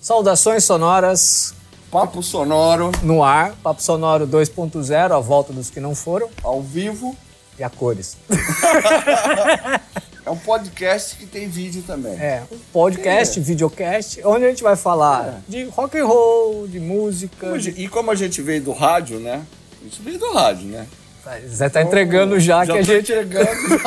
Saudações sonoras Papo sonoro, no ar, Papo Sonoro 2.0, a volta dos que não foram ao vivo. e a cores. É um podcast que tem vídeo também. É, um podcast, videocast, onde a gente vai É. falar de rock and roll, de música. Como a gente- E como a gente veio do rádio, né? A gente veio do rádio, né? Tá, Zé tá entregando já, que a tô gente, entregando. você já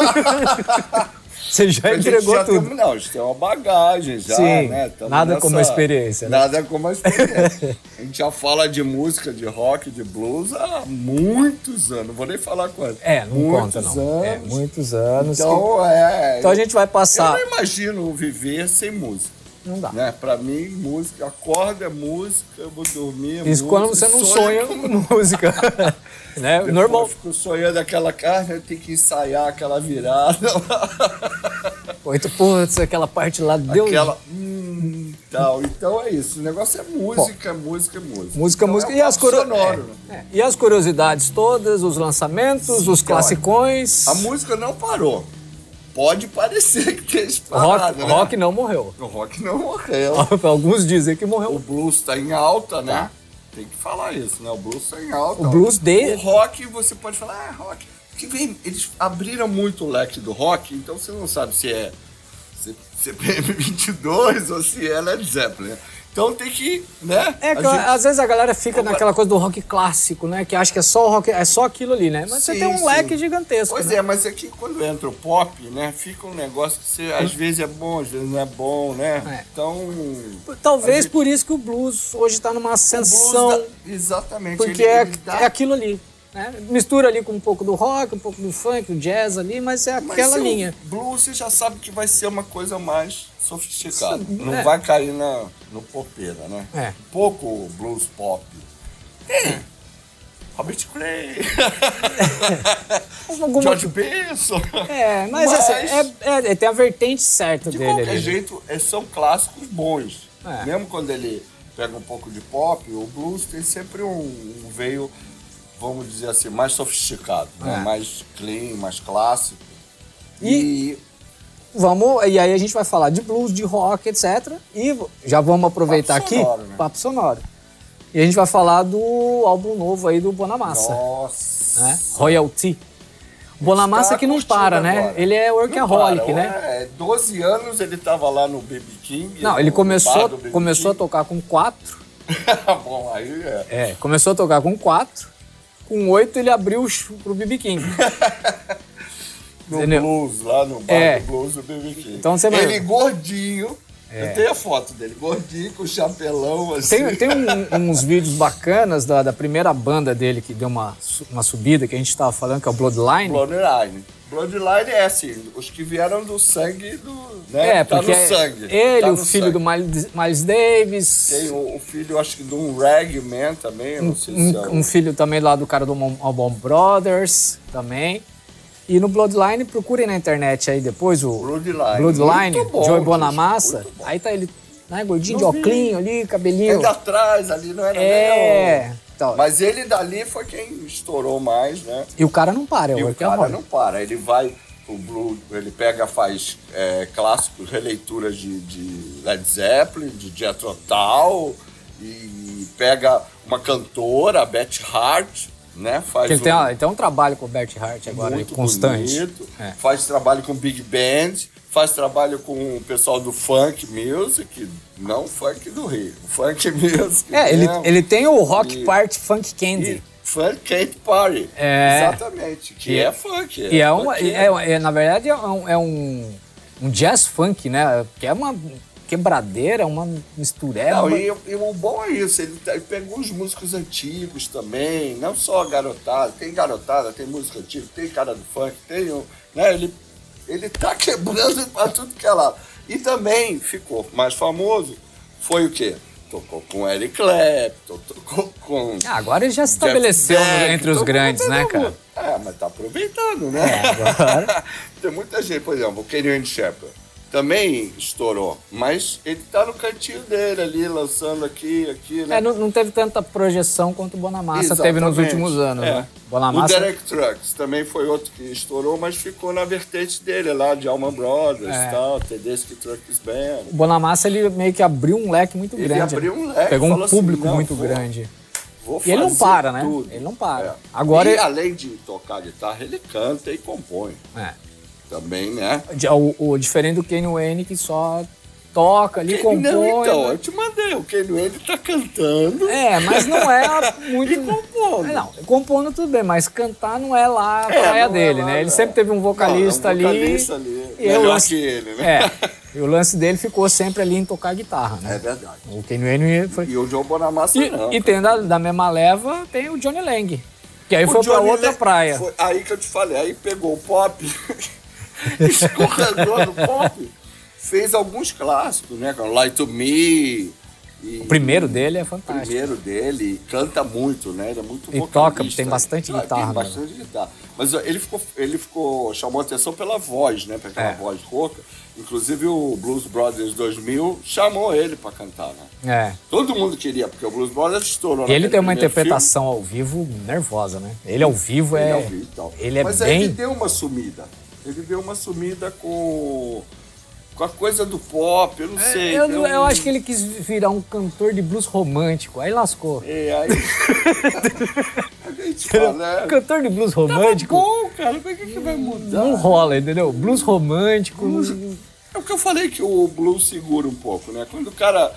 tá- A gente entregou já tá tudo. tem- não, a gente tem uma bagagem já, Sim, né? Tamo nada como a experiência, né? Nada como a experiência. a gente já fala de música, de rock, de blues há muitos anos. Não vou nem falar quanto. É, não muitos conta não. Anos. É, muitos anos. que- Então, é... Então a gente vai Eu passar. não imagino viver sem música. Não dá. Né? Pra mim, música, acorda é música, eu vou dormir. é Isso música, quando você não sonha com- com música. né? Depois Normal. Eu fico sonhando aquela carne, eu tenho que ensaiar aquela virada Oito pontos, aquela parte lá deu. aquela. Hum, tal. Então é isso. O negócio é música, música, música. Música, Então, música é um e as papo coro- sonoro. É, E as curiosidades todas, os lançamentos, os classicões. A música não parou. Pode parecer que esteja rock, parado, né? rock não morreu. O rock não morreu. Alguns dizem que morreu. O blues tá em alta, né? Tem que falar isso, né? O blues tá em alta. O blues de- O rock, você pode falar, ah, rock. Que vem, eles abriram muito o leque do rock, então você não sabe se é C- CPM 22 ou se é Led Zeppelin. né? Então tem que, né? É, A claro, gente- às vezes a galera fica Agora- naquela coisa do rock clássico, né? Que acha que é só o rock, é só aquilo ali, né? Mas você Sim, tem um sim. leque gigantesco. Pois né? é, mas é que quando entra o pop, né? Fica um negócio que você, às vezes é bom, às vezes não é bom, né? É. Então. Talvez A gente- por isso que o blues hoje tá numa ascensão, blues dá- Exatamente. porque ele- é, ele tá- dá- é aquilo ali. Né? Mistura ali com um pouco do rock, um pouco do funk, do jazz ali, mas é Mas um aquela se o linha. Blues você já sabe que vai ser uma coisa mais sofisticada. Sim, Não é. vai cair na, no popeira, né? É. Pouco blues pop. Tem. Robert Cray. Alguma- George Benson. É, mas, assim, é, é- é- tem a vertente certa De dele qualquer ali. né? jeito, é- são clássicos bons. É. Mesmo quando ele pega um pouco de pop, o blues tem sempre um, um veio, vamos dizer assim, mais sofisticado, né? É. mais clean, mais clássico. E- e Vamos, e aí a gente vai falar de blues, de rock, etc. E v- já vamos aproveitar Papo aqui, sonoro, né? papo sonoro. E a gente vai falar do álbum novo aí do Bonamassa, nossa. né? Royalty. O Bonamassa Está que não curtindo para, né? agora. Ele é workaholic, Não para, né? É, 12 anos ele tava lá no Baby King. Não, ele no bar do começou, BB começou a King. tocar com quatro. Bom, aí é. É, começou a tocar com quatro. Com oito ele abriu o show pro BB King. No Entendeu? blues, lá no bar É. do blues do Baby King. Então você vai- É. Ele gordinho. Eu tenho a foto dele, gordinho, com chapelão, assim. Tem, tem um- uns vídeos bacanas da, da primeira banda dele que deu uma, su- uma subida, que a gente tava falando, que é o Bloodline. Bloodline. Bloodline é assim, os que vieram do sangue do. Né? É, tá porque no sangue. ele, tá o no filho do sangue. Miles, Miles Davis, Tem o, o filho, acho que de um ragman também, eu não sei se é um, um filho também lá do cara do Mon- Allman Brothers também. E no Bloodline, procurem na internet aí depois o Bloodline. Bloodline, Muito bom, Joey gente, Bonamassa. muito bom. Aí tá ele, né, gordinho de Novinho. oclinho ali, cabelinho. Ainda atrás ali, não era nem o- É, então, Mas ele dali foi quem estourou mais, né? e o cara não para, é E o o cara workaholic. não para. Ele vai, o Blue, ele pega, faz é, clássicos, releituras de, de Led Zeppelin, de Jethro Tull, e pega uma cantora, a Beth Hart, né? Faz Porque Ele um- tem, ó, ele tem um trabalho com o Bert Hart agora, aí, muito constante. bonito, É. faz trabalho com Big Band, faz trabalho com o pessoal do funk music, não funk do Rio, funk music. É, ele, mesmo. ele tem o Rock E- Part Funk Candy. E Funk Can't Party. É. Exatamente. Que E- é funk. E é uma, funkeiro. é, é, na verdade, é um, é um, um jazz funk, né? Que é uma quebradeira, uma mistureba. Não, e, e o bom é isso, ele, tá- ele pegou os músicos antigos também, não só a garotada, tem garotada, tem música antiga, tem cara do funk, tem o. Né, ele, ele tá quebrando pra tudo que é lado. E também ficou mais famoso, foi o quê? Tocou com Eric Clapton, tocou com. Ah, agora ele já se estabeleceu Jeff Beck, entre os tocou com grandes, então todo né, cara? mundo. É, É, mas tá aproveitando, né? agora. Tem muita gente, por exemplo, o Kenyon Shepard também estourou, mas ele tá no cantinho dele ali, lançando aqui, aqui, né? É, não, não teve tanta projeção quanto o Bonamassa teve nos Exatamente. últimos anos, É. né? Bola O Massa. Derek Trucks também foi outro que estourou, mas ficou na vertente dele lá, de Alman Brothers e É. tal, Tedeschi Trucks Band. O Bonamassa ele meio que abriu um leque muito Ele grande. abriu um né? leque, Pegou um falou assim, público "Não, muito vou- grande. Vou E ele não fazer para, né? tudo. Ele não para. É. Agora e ele- além de tocar guitarra, ele canta e compõe É. também, né? De- O, o diferente do Kanye Wayne que só toca ali, compõe. não, então, né? eu te mandei. O Ken ele tá cantando. É, mas não é muito. E compondo. É, Não, compondo tudo bem, mas cantar não é lá a É, praia não é dele, lá, né? Ele não. sempre teve um vocalista, Não, é um vocalista ali, e melhor o lance- que ele, né? É, e o lance dele ficou sempre ali em tocar guitarra, É né? verdade. O Kanye Wayne foi. E o João Bonamassa E, É, não. e cara. tem da, da mesma leva, tem o Johnny Lang. Que aí O foi pra Johnny outra Le- praia. foi aí que eu te falei. Aí pegou o pop, escorregou no pop, fez alguns clássicos, né? cara? Light to Me. e- O primeiro dele é O fantástico. primeiro dele, canta muito, né? Ele é muito E vocalista. toca, tem bastante Ah, guitarra, né? Tem bastante guitarra. Mas ó, ele ficou, ele ficou, chamou atenção pela voz, né? Pra aquela É. voz rouca. Inclusive o Blues Brothers 2000 chamou ele pra cantar, né? É. Todo mundo queria, porque o Blues Brothers estourou E ele naquele tem uma primeiro filme. interpretação ao vivo nervosa, né? Ele ao vivo é. Ele é, horrível e tal. ele é Mas aí ele bem. deu uma sumida. Ele deu uma sumida com, com a coisa do pop, eu não sei. É, Eu, deu eu um- acho que ele quis virar um cantor de blues romântico. Aí lascou. É, aí... a gente fala, né? Hum, Cantor de blues romântico Bom, cara, mas o que, que vai mudar? não rola, entendeu? Blues romântico. não- É o que eu falei que o blues segura um pouco, né? Quando o cara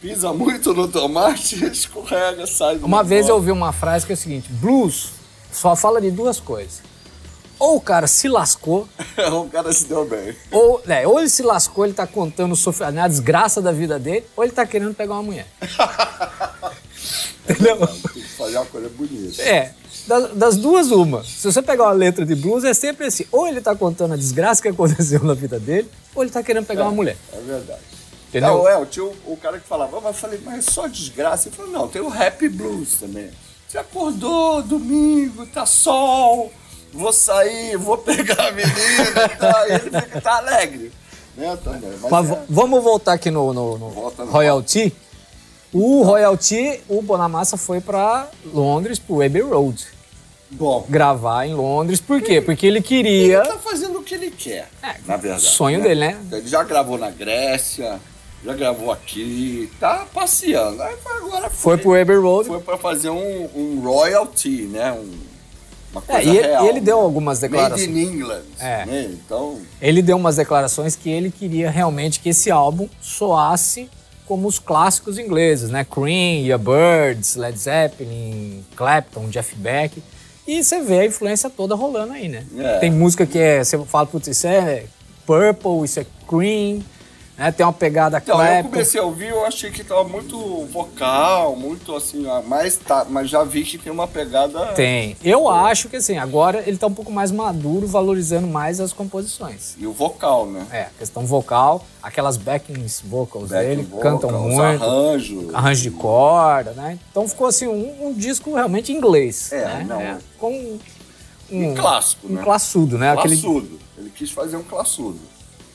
pisa muito no tomate, escorrega, sai do Uma vez eu ouvi uma frase que é o seguinte: blues só fala de duas coisas. Ou o cara se lascou, eu... o cara se deu bem. ou, né, ou ele se lascou, ele tá contando o sofrimento, a desgraça da vida dele, ou ele tá querendo pegar uma mulher. Entendeu? Tem que fazer uma coisa bonita. É, da- das, duas, uma. Se você pegar uma letra de blues, é sempre assim: ou ele tá contando a desgraça que aconteceu na vida dele, ou ele tá querendo pegar uma mulher. É verdade. Entendeu? Não, é, eu tinha o, o cara que falava, mas eu falei, mas é só desgraça. Ele falou, não, tem o rap blues também. Você acordou, domingo, tá sol, vou sair, vou pegar a menina, tá? ele fica, tá alegre. Né, também. Mas Mas é- v- vamos voltar aqui no, no- no Volta no- Royalty. O Royalty, o Bonamassa foi pra Londres, pro Abbey Road, bom. gravar em Londres. Por quê? Porque ele queria. Ele tá fazendo o que ele quer, É, na verdade. sonho dele, né? Então, Ele já gravou na Grécia, já gravou aqui, tá passeando. Aí foi- agora Foi pro Abbey Road. Foi pra fazer um, um royalty, né? Um, uma É, coisa e, ele- real. e ele deu né? algumas Made declarações. in England, É. né? Então, Ele deu umas declarações que ele queria realmente que esse álbum soasse como os clássicos ingleses, né? Cream, The Birds, Led Zeppelin, Clapton, Jeff Beck. E você vê a influência toda rolando aí, né? É. Tem música que é, você fala, putz, isso é Purple, isso é Cream, né? Tem uma pegada então eu Clapton. comecei a ouvir, eu achei que tava muito vocal, muito assim, ah, mas, tá, mas já vi que tem uma pegada... Tem. Eu acho que assim, agora ele tá um pouco mais maduro, valorizando mais as composições. E o vocal, né? É, questão vocal, aquelas backing vocals Back dele, vocal, cantam os muito. Ah, arranjos. arranjo de corda, né? Então ficou assim um, um disco realmente inglês, É, né? não. com um, E clássico, um né? classudo, né? Aquele, Classudo. Ele quis fazer um classudo.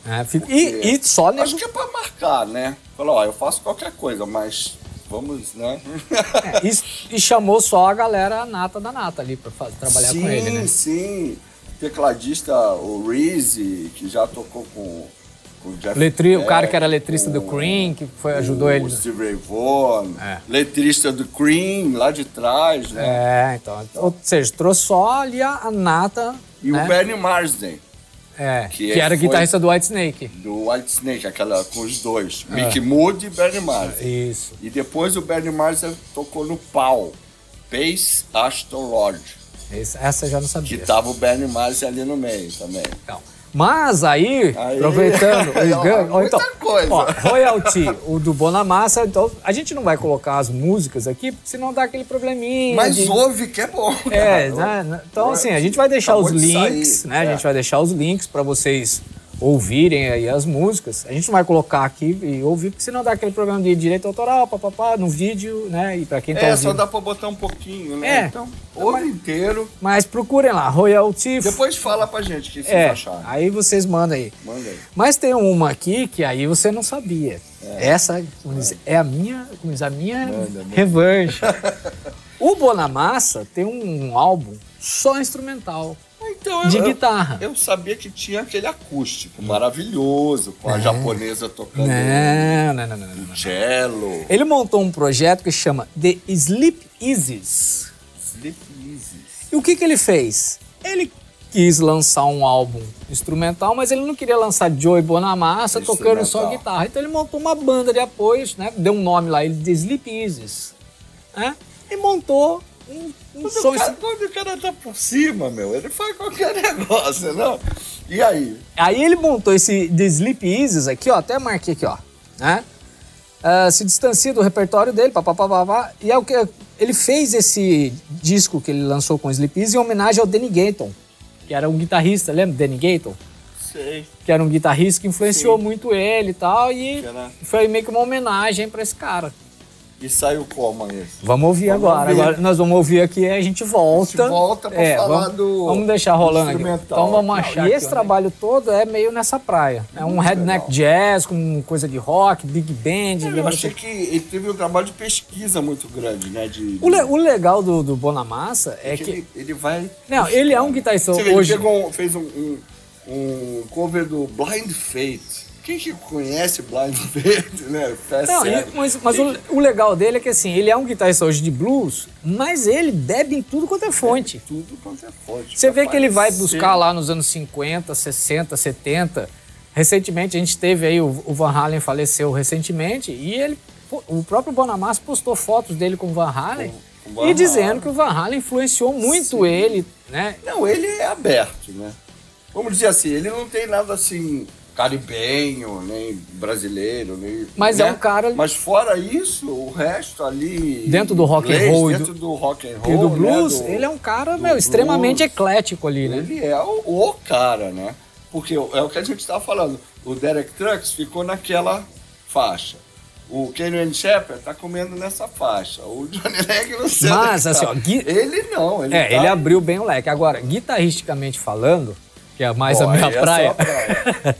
é, fi- e, e só Acho nego, que é pra marcar, né? Falar, ó, eu faço qualquer coisa, mas vamos, né? é, e, e chamou só a galera nata da nata ali para trabalhar sim, com ele, né? sim. Tecladista, o Reezy, que já tocou com, com o Jeff Letri, o Beck, cara que era letrista do com Cream, que foi, ajudou o ele. né? Steve Ray Vaughan. É. Letrista do Cream, lá de trás, né? É, então, ou seja, trouxe só ali a, a nata, E né? o Benny Marsden, é, que que, ele era foi- guitarrista do White Snake. do White Snake, aquela com os dois. É. Mick Moody e Benny Marsden. Isso. E depois o Bernie Marzer tocou no pau. Pace Aston Lodge. Esse- essa eu já não Que sabia. tava o Bernie Marzer ali no meio também. Então, Mas aí, Aí- é aproveitando, o Igan- ó, Muita então, coisa. ó, royalty, o do Bonamassa, então a gente não vai colocar as músicas aqui, porque senão dá aquele probleminha. Mas de- ouve que é bom. é, cara. né? Então assim, a gente vai deixar Acabou os de sair, links, né? é. A gente vai deixar os links para vocês ouvirem aí as músicas. A gente não vai colocar aqui e ouvir, porque senão dá aquele problema de direito autoral, papapá, no vídeo, né? E para quem tá É, só ouvindo. dá pra botar um pouquinho, né? É. Então, ouve inteiro. Mas procurem lá, royalty. Depois fala pra gente o que vocês é, acharam. aí vocês mandam aí. Manda aí. Mas tem uma aqui que aí você não sabia. Essa como diz, é. a minha, como diz, a minha revanche. O Bonamassa tem um álbum só instrumental, Então, de eu, eu, guitarra. eu sabia que tinha aquele acústico maravilhoso, com a É. Né? japonesa tocando Não, não, não, não, não, não. cello. Ele montou um projeto que chama The Sleep Easies. Sleep Easy. E o que, que ele fez? Ele quis lançar um álbum instrumental, mas ele não queria lançar Joey Bonamassa tocando só Instrumental. guitarra. Então ele montou uma banda de apoios, né? Deu um nome lá, ele de Sleep Eases, né? E montou um, um Quando, som. o cara, quando o cara tá por cima, meu, ele faz qualquer negócio, não? E aí? Aí ele montou esse The Sleep Eases aqui, ó, até marquei aqui, ó, né? Ah, se distancia do repertório dele, papapá, papá, e é o que ele fez esse disco que ele lançou com o Sleep Ease em homenagem ao Danny Gayton, que era um guitarrista, lembra Danny Gayton? Sei. que era um guitarrista que influenciou muito ele e tal, e Que era- foi meio que uma homenagem pra esse cara. E saiu como esse? Vamos ouvir Vamos agora. ouvir. Agora nós vamos ouvir aqui e a gente volta. É, A gente volta pra falar vamos, do- Vamos deixar rolando aqui. instrumental. Então vamos Não, achar. e E aqui, esse ó, trabalho todo é meio nessa praia. É um Muito redneck legal. jazz com coisa de rock, big band. Eu lembra- achei que ele teve um trabalho de pesquisa muito grande, né? De, o, le- o legal do, do Bonamassa é que. ele, ele vai. Não, ele é um guitarrista Você vê, ele hoje. pegou um- fez um, um, um cover do Blind Faith. Quem que conhece Blind Faith, né? Fé Não, séria. e- mas, mas o, o legal dele é que assim, ele é um guitarrista hoje de blues, mas ele bebe em tudo quanto é fonte. Tudo quanto é forte. Você vê que ele vai buscar lá nos anos 50, 60, 70. Recentemente, a gente teve aí, o o Van Halen faleceu recentemente, e ele, pô, o próprio Bonamassa postou fotos dele com o Van Halen, Com- com o Van e dizendo Halen. que o Van Halen influenciou muito ele, né? Não, ele é aberto, né? Vamos dizer assim, ele não tem nada assim caribenho, nem brasileiro, nem. Mas é né? um cara- Mas fora isso, o resto ali. Dentro do rock and inglês, roll e Dentro do rock and E do roll. né, blues, do- ele é um cara do meu, extremamente blues. eclético ali, né? Ele é o, o cara, né? Porque é o que a gente estava falando. O Derek Trucks ficou naquela faixa. O Kenyon Shepard tá comendo nessa faixa. O Johnny Legg não sei. onde Mas, que assim, tá. ó, Gui- ele não. Ele é, tá- ele abriu bem o leque. Agora, guitarristicamente falando, que é mais Ó, a minha aí é só a praia, praia.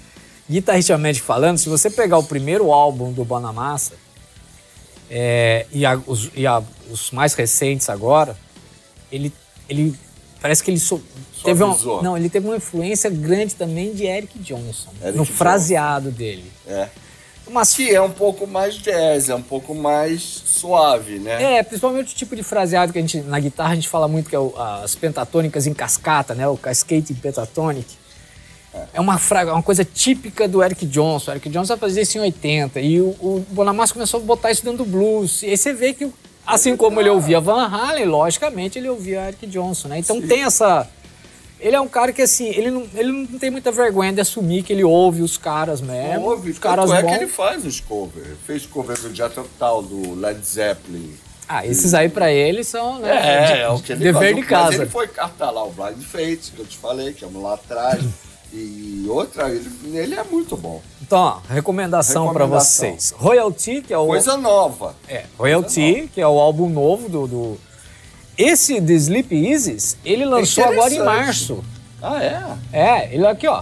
guitarristicamente falando, se você pegar o primeiro álbum do Bonamassa é, e, a- os, e a- os mais recentes agora, ele, ele parece que ele so- teve uma, Suavizou. não, ele teve uma influência grande também de Eric Johnson Eric no Johnson. fraseado dele. É. Umas Que é um pouco mais jazz, é um pouco mais suave, né? É, principalmente o tipo de fraseado que a gente, na guitarra, a gente fala muito que é o- as pentatônicas em cascata, né? O cascade pentatonic. É uma, fra- uma coisa típica do Eric Johnson. O Eric Johnson fazia isso em 80. E o, o Bonamassa começou a botar isso dentro do blues. E aí você vê que, assim como ele ouvia Van Halen, logicamente ele ouvia Eric Johnson, né? Então tem essa... Ele é um cara que, assim, ele não, ele não tem muita vergonha de assumir que ele ouve os caras mesmo. Ouve, os caras tanto é bons. que ele faz os covers. Fez cover do Jet Total, do Led Zeppelin. Ah, esses aí pra ele são, né? É, de- é o que ele dever faz. de Mas casa. ele foi cartar lá o Blind Fates, que eu te falei, que é um lá atrás. E outra, ele, ele é muito bom. Então, ó, recomendação pra Recomendação. vocês. Royalty, que é o Coisa nova. é, Royalty, que é o álbum novo do, do- esse The Sleep Isis, ele lançou agora em interessante. março. Ah, é? É, ele aqui, ó,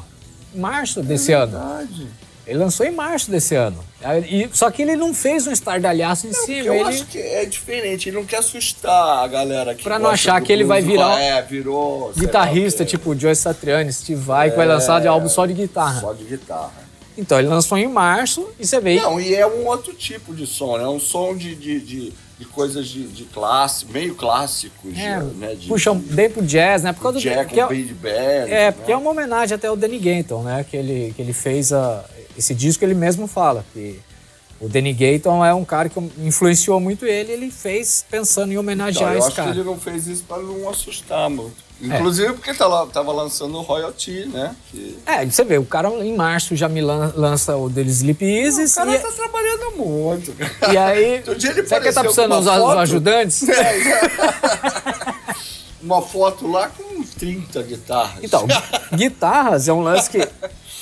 em março desse Uhum. ano. Verdade. Ele lançou em março desse ano. Aí, e- só que ele não fez um estardalhaço em Porque cima. eu Ele, acho que é diferente, ele não quer assustar a galera que Pra não gosta achar do que ele vai blues e virar fala, É, virou. sei lá guitarrista o quê. É, tipo Joe Satriani, Steve Vai, que vai lançar de álbum só de guitarra. Só de guitarra. Então, ele lançou em março e você vê Não, e é um outro tipo de som, né? É um som de, de, de, de coisas de, de classe, meio clássicos, É, né? De, puxa de, bem pro jazz, né? Por causa do Jack, que é- um Big Band. É, porque é uma homenagem até ao Danny Gayton, né? Que ele, que ele fez a, esse disco, ele mesmo fala que o Danny Gayton é um cara que influenciou muito ele, ele fez pensando em Então, homenagear eu esse acho cara. que ele não fez isso para não assustar muito. É. Inclusive porque tá lá, tava lançando o Royalty, né? Que... É, você vê, o cara em março já me lan- lança o dele Sleep Isis O cara e, é- tá trabalhando muito. né? e aí... Outro dia ele Será que ele tá apareceu precisando com uma usar os foto? ajudantes? Uma foto lá com 30 guitarras. Então, guitarras é um lance que...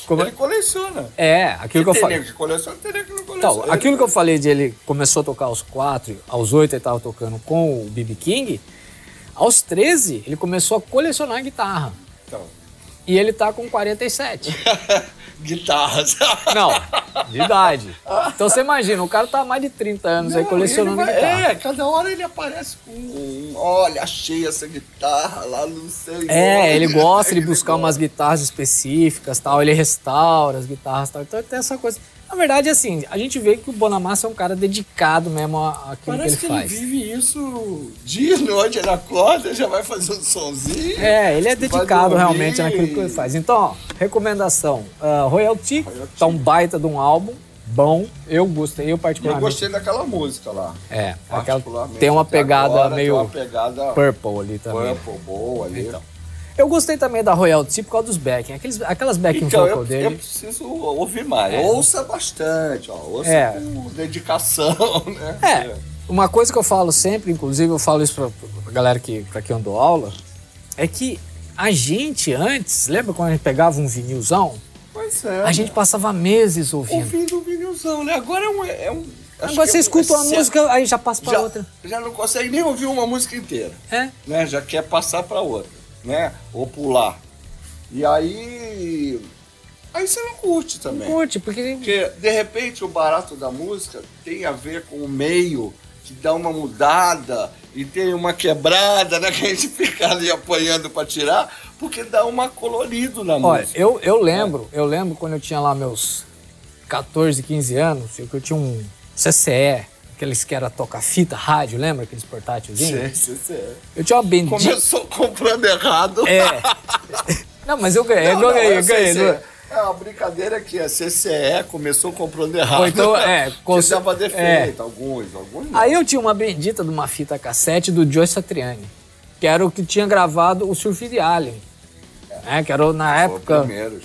como- ele coleciona. é, aquilo que eu Tem falei. nego que coleciona, tem nego que não coleciona. Então, aquilo que eu falei de ele começou a tocar aos 4, aos 8 ele tava tocando com o B.B. King, aos 13 ele começou a colecionar guitarra. Então, E ele tá com 47. guitarras. Não, de idade. Então você imagina, o cara tá há mais de 30 anos aí Não, colecionando ele vai- guitarra. É, cada hora ele aparece com um. Olha, achei essa guitarra lá, não sei. É, onde." ele gosta de Ele buscar umas guitarras específicas, tal, ele restaura as guitarras, tal. Então tem essa coisa. Na verdade, assim, a gente vê que o Bonamassa é um cara dedicado mesmo à- àquilo Parece que que ele faz. ele vive isso dia e noite, ele acorda, já vai fazer um sonzinho. É, ele é Vai dedicado dormir. realmente naquilo que ele faz. Então, ó, recomendação: ah, Royalty, Royalty. tá um baita de um álbum, bom. Eu gostei, eu Eu particularmente. gostei daquela música lá. É, aquela, particularmente. tem uma Até pegada agora, meio Tem uma pegada purple ali também. purple, boa ali. Então. Eu gostei também da Royalty por causa dos backing. Aqueles, aquelas backing Então, um vocal eu, eu dele. preciso ouvir mais. É. Ouça bastante, ó. Ouça É. com dedicação, né? É, uma coisa que eu falo sempre, inclusive eu falo isso pra, pra galera que, pra quem eu dou aula, é que a gente antes, lembra quando a gente pegava um vinilzão? Pois é. A né? gente passava meses ouvindo. ouvindo o vinilzão, né? Agora é um. É um acho Agora que você é- escuta uma é- música, aí já passa pra já, outra. Já não consegue nem ouvir uma música inteira, É? né? Já quer passar pra outra, né? Ou pular. E aí. Aí você não curte também. Curte, porque. Porque, de repente, o barato da música tem a ver com o meio, que dá uma mudada e tem uma quebrada, né? Que a gente fica ali apanhando pra tirar, porque dá uma colorido na Olha, música. eu, eu lembro, eu lembro quando eu tinha lá meus 14, 15 anos, eu que eu tinha um CCE, aqueles que era toca-fita, rádio, lembra aqueles portátilzinhos? Sim, sim, sim. Eu tinha uma bendita. Começou comprando errado. É. Não, mas eu ganhei, eu Não, não, ganhei, eu eu sei, ganhei. sei. É, não- É uma brincadeira que a CCE começou comprando errado. Ou então, é, Que cons- dava defeito, alguns, alguns. não. Aí eu tinha uma bendita de uma fita cassete do Joe Satriani, que era o que tinha gravado o Surf de Alien. né, que era na Foram época. primeiros.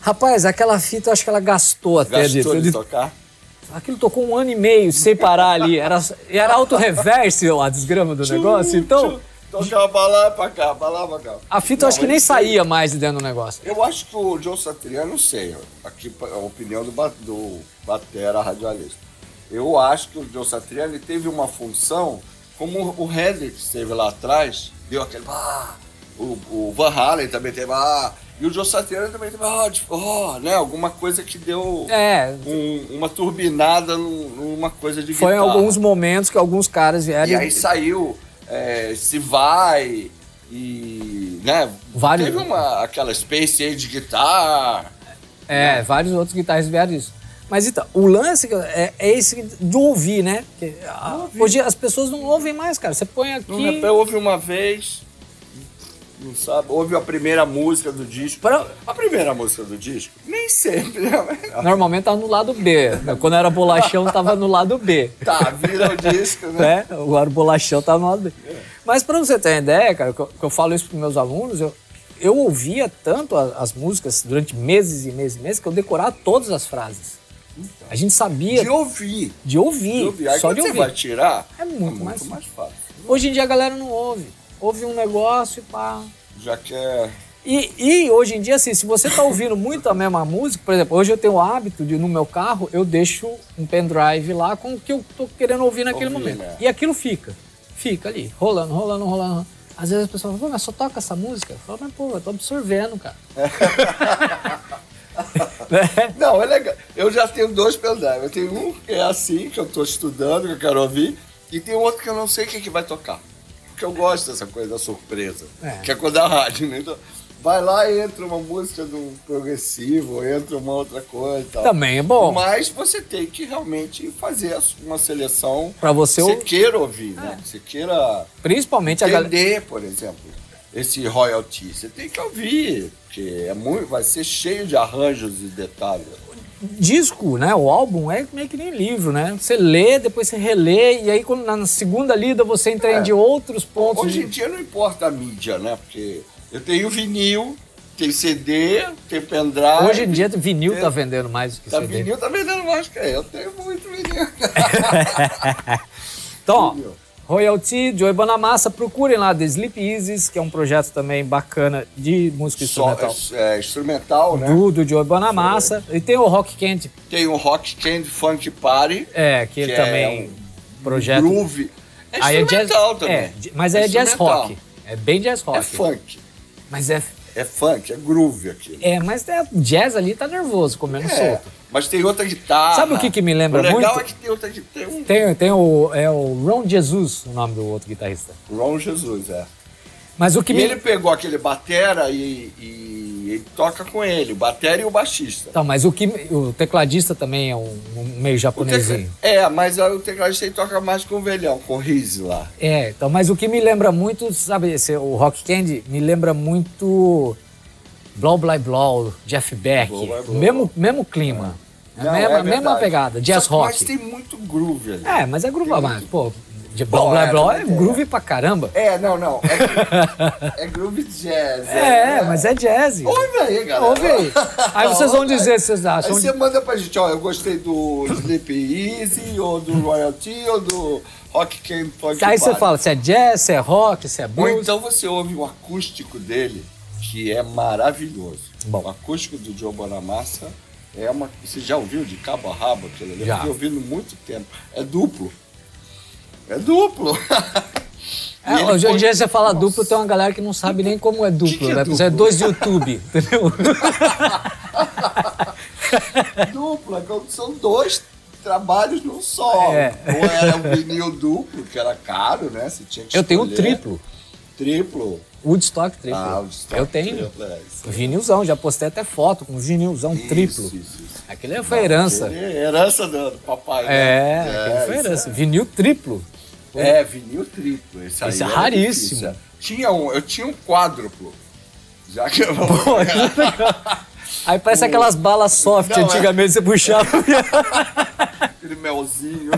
Rapaz, aquela fita eu acho que ela gastou até Gastou de- de de- tocar. Aquilo tocou um ano e meio sem parar ali. Era, era auto-reverse lá, a desgrama do negócio. Então, Tchum, Tocava pra lá, pra cá, pra lá, pra cá. a fita eu Não, é acho que ele nem fez- saía mais de dentro do negócio. Eu acho que o John Satriano, não sei, aqui é a opinião do, Ba- do Batera Radialista. Eu acho que o John Satriano ele teve uma função como o Hendrix teve lá atrás, deu aquele. Ah, o, o Van Halen também teve. Ah, e o John Satriano também teve. Ah, tipo, oh, né? Alguma coisa que deu É, um- uma turbinada num- numa coisa de foi em guitarra. alguns momentos que alguns caras vieram. E aí E saiu é, Se Vai e. né? Vários. Teve uma, aquela Space Age Guitar. né? é, vários outros guitarristas vieram disso. Mas então, o lance que eu- é, é esse de ouvir, né? Porque, a- hoje as pessoas não ouvem mais, cara. Você põe aqui. No repé houve uma vez. Não sabe? Houve a primeira música do disco. Pra- A primeira música do disco? Nem sempre, né? Mas- Normalmente tava no lado B. né? Quando era bolachão, tava no lado B. Tá, vira o disco, né? né? Agora o bolachão tá mal. Mas pra você ter uma ideia, cara, que eu, que eu falo isso pros meus alunos, eu, eu ouvia tanto a- as músicas durante meses e meses e meses que eu decorava todas as frases. A gente sabia Então. De de, ouvir. De ouvir, ouvir. Aí só quando de você vai tipo, ouvir. tirar, É muito mais- mais fácil. Hoje em dia a galera não ouve. Ouve um negócio e pá. Já que é. E, e hoje em dia, assim, se você tá ouvindo muito a mesma música, por exemplo, hoje eu tenho o hábito de, no meu carro, eu deixo um pendrive lá com o que eu tô querendo ouvir naquele Ouvir, momento. né? E aquilo fica. Fica ali, rolando, rolando, rolando. rolando. Às vezes as pessoas falam, pô, mas só toca essa música? Eu falo, mas pô, eu tô absorvendo, cara. Né? Não, é legal. Eu já tenho dois pendrive. Eu tenho um que é assim, que eu tô estudando, que eu quero ouvir, e tem um outro que eu não sei o que, que vai tocar. Porque eu gosto dessa coisa da surpresa. É. Que é coisa da rádio, né? Então, vai lá e entra uma música do progressivo, ou entra uma outra coisa e tal. Também é bom. Mas você tem que realmente fazer as- uma seleção Pra você que você ou- queira ouvir, né? Que você queira Principalmente a galera. entender, por exemplo, esse royalty. Você tem que ouvir, porque é muito, vai ser cheio de arranjos e detalhes. Disco, né? O álbum é meio que nem livro, né? Você lê, depois você relê, e aí quando na segunda lida você entende outros pontos. É. Hoje de- em dia não importa a mídia, né? Porque eu tenho vinil, tem CD, tem pendrive. Hoje em dia, vinil tem- tá vendendo mais do que Tá CD. vinil tá vendendo mais que eu. Eu tenho muito vinil. Então, ó, Entendeu? Royalty, Joey Bonamassa, procurem lá The Sleep Eases, que é um projeto também bacana de música Só, instrumental é, instrumental, né? é. do, do Joey Bonamassa. E tem o Rock Candy, Tem o Rock Candy Funk Party. é, que, ele é também projeto. Groove. É Aí é instrumental também. é, mas é, jazz instrumental. rock. É bem jazz rock. É funk. Mas é, É funk, é groove aquilo. É, mas é, jazz ali tá nervoso, comendo É, solto. mas tem outra guitarra. Sabe o que que me lembra O legal muito? é que tem outra guitarra. Tem um Tem, tem o, é o Ron Jesus, o nome do outro guitarrista. Ron Jesus, é. Mas o que E me... ele pegou aquele batera e, e ele toca com ele, o batera e o baixista. Então, mas o que o tecladista também é um, um meio O tecla- japonesinho. É, mas aí o tecladista ele toca mais com o velhão, com o Riz lá. É, então, mas o que me lembra muito, sabe, esse, o Rock Candy me lembra muito Blow Blah Blow, Jeff Beck. Blow Blah Blow. Mesmo, mesmo clima. É. Não, a é mesma, verdade. mesma pegada, jazz Só que- Mas rock. tem muito groove ali. É, mas é groove, Tem mas, muito. pô, de Blow Bom, Blah é, Blow é também tem, groove pra caramba. É, não, não. É, gro- é groove jazz. É, mas é jazz. Ouve aí, galera. Ouve aí. Aí vocês vão dizer se vocês Aí acham. você manda pra gente, ó, eu gostei do Sleep Easy, ou do Royalty, ou do Rock Camp Rock Aí você Party. fala se é jazz, se é rock, se é Ou blues. então você ouve o acústico dele, que é maravilhoso. Bom. O acústico do Joe Bonamassa é uma. Você já ouviu de cabo a rabo aquele ali? Já. Eu fiquei ouvindo muito tempo. É duplo. É duplo. É, E ele hoje em põe- dia você fala Nossa. duplo, tá- tem uma galera que não sabe nem como é duplo, que é né? Você é duplo? dois YouTube, entendeu? é dupla, quando são dois trabalhos num só. É. Ou era um vinil duplo, que era caro, né? Você tinha que Eu tenho o escolher. triplo, Triplo. Woodstock triplo. Ah, o destaque eu tenho triplo, é isso. vinilzão, já postei até foto com vinilzão triplo. Isso, isso, isso. Aquele é- foi herança. Ele é Herança do do papai. né? É, aquele foi herança. Vinil triplo. É, vinil triplo. Esse, aí Esse é era raríssimo. difícil. Tinha um, eu tinha um quádruplo. Já que eu Pô, que legal. Aí parece aquelas balas soft, Não, é. antigamente você puxava. aquele melzinho.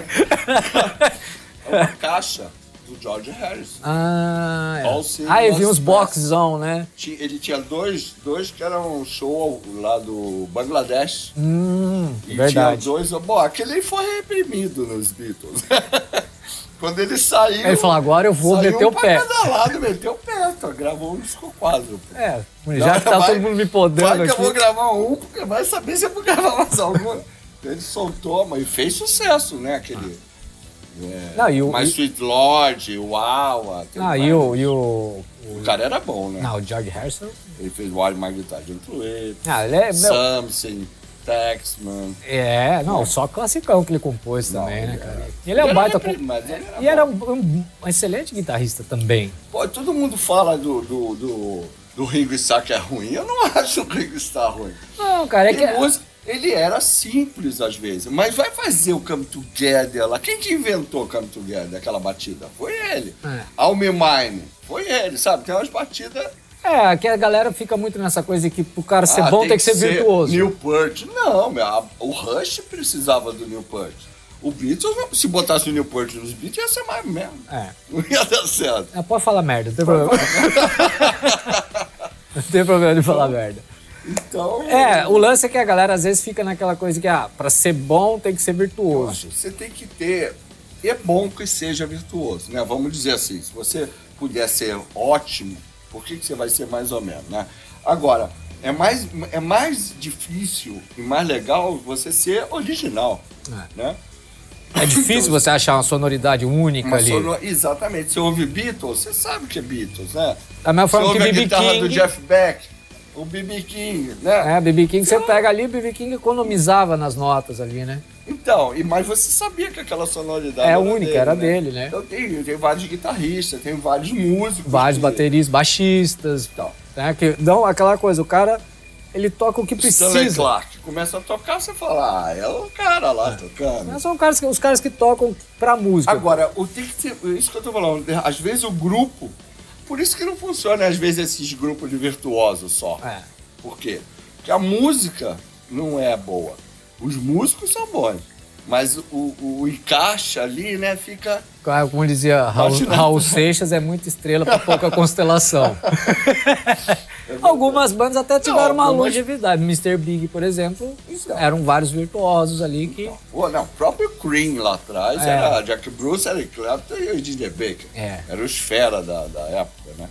É uma caixa do George Harrison. Ah, é. All Sing, Aí All vi uns Sing. boxzão, né? Ti- Ele tinha dois, dois que eram um show lá do Bangladesh. Hum, e tinha verdade. dois. Bom, aquele aí foi reprimido nos Beatles. Quando ele saiu. Ele falou, agora eu vou saiu meter um o pé. Pra cada lado, meteu o pé. Então, gravou um disco quádruplo. É, já que tá Vai- todo mundo me podando Vai que eu vou aqui. gravar um, porque vai saber se eu vou gravar mais algum. Ele soltou, mas fez sucesso, né? Aquele. Ah. Não, e o, mais e- Sweet Lord, Uau, tem não, vários. Ah, e o, e o- O cara era bom, né? Não, o George Harrison. Ele fez Wild Magnetar de Antruê, Ah, ele é. meu- Something, Taxman. é, não, só classicão que ele compôs Não, também, né, ele cara? Ele é um Ele baita. era, com- mas ele era E era bom. um, um- um excelente guitarrista também. Pô, todo mundo fala do, do, do, do Ringo Starr que é ruim. Eu não acho o Ringo Starr ruim. Não, cara, é Tem que. Ah, música- ele era simples às vezes, mas vai fazer o Come Together lá. Quem que inventou o Come Together, aquela batida? Foi ele. É. All Me Mine. Foi ele, sabe? Tem umas batidas. É, que a galera fica muito nessa coisa de que pro cara ser ah, bom tem, que ser virtuoso. Neil Peart. Não, meu, a- o Rush precisava do Neil Peart. O Beatles, não- se botasse o Neil Peart nos Beatles, ia ser mais mesmo. É. Não ia dar certo. É, Pode falar merda, não tem problema. não tem problema de falar merda. Então. É, o lance é que a galera às vezes fica naquela coisa que, ah, pra ser bom tem que ser virtuoso. Você tem que ter. É bom que seja virtuoso, né? Vamos dizer assim, se você puder ser ótimo, por que, que você vai ser mais ou menos, né? Agora, é mais, é mais difícil e mais legal você ser original, É. né? É difícil você achar uma sonoridade única Uma ali. sonor- Exatamente. Você ouve Beatles, você sabe que é Beatles, né? Da mesma Você forma que ouve a BB guitarra do King. Jeff Beck, o BB King, né? É, BB King, você pega ali, BB King economizava nas notas ali, né? Então, e mas você sabia que aquela sonoridade É única, era dele, né? Então tem, tem vários guitarristas, tem vários músicos. Vários que- bateristas, baixistas, tal. Né? Que dão aquela coisa, o cara, ele toca o que Stanley precisa. Clark começa a tocar, você fala, ah, é o cara lá tocando. Não é São caras que- os caras que tocam pra música. Agora, o tem que ser, isso que eu tô falando, às vezes o grupo, por isso que não funciona às vezes esses grupos de virtuosos só. É. Por quê? Porque a música não é boa. Os músicos são bons, mas o, o encaixe ali, né, fica... Claro, Como dizia Raul, Imaginando. Raul Seixas, é muita estrela pra pouca constelação. Algumas bandas até tiveram uma algumas- longevidade. Mr. Big, por exemplo, Então. eram vários virtuosos ali que. Pô, não, o próprio Cream lá atrás É. era Jack Bruce, Eric Clapton e o DJ Baker. É. Era os fera da, da época, né?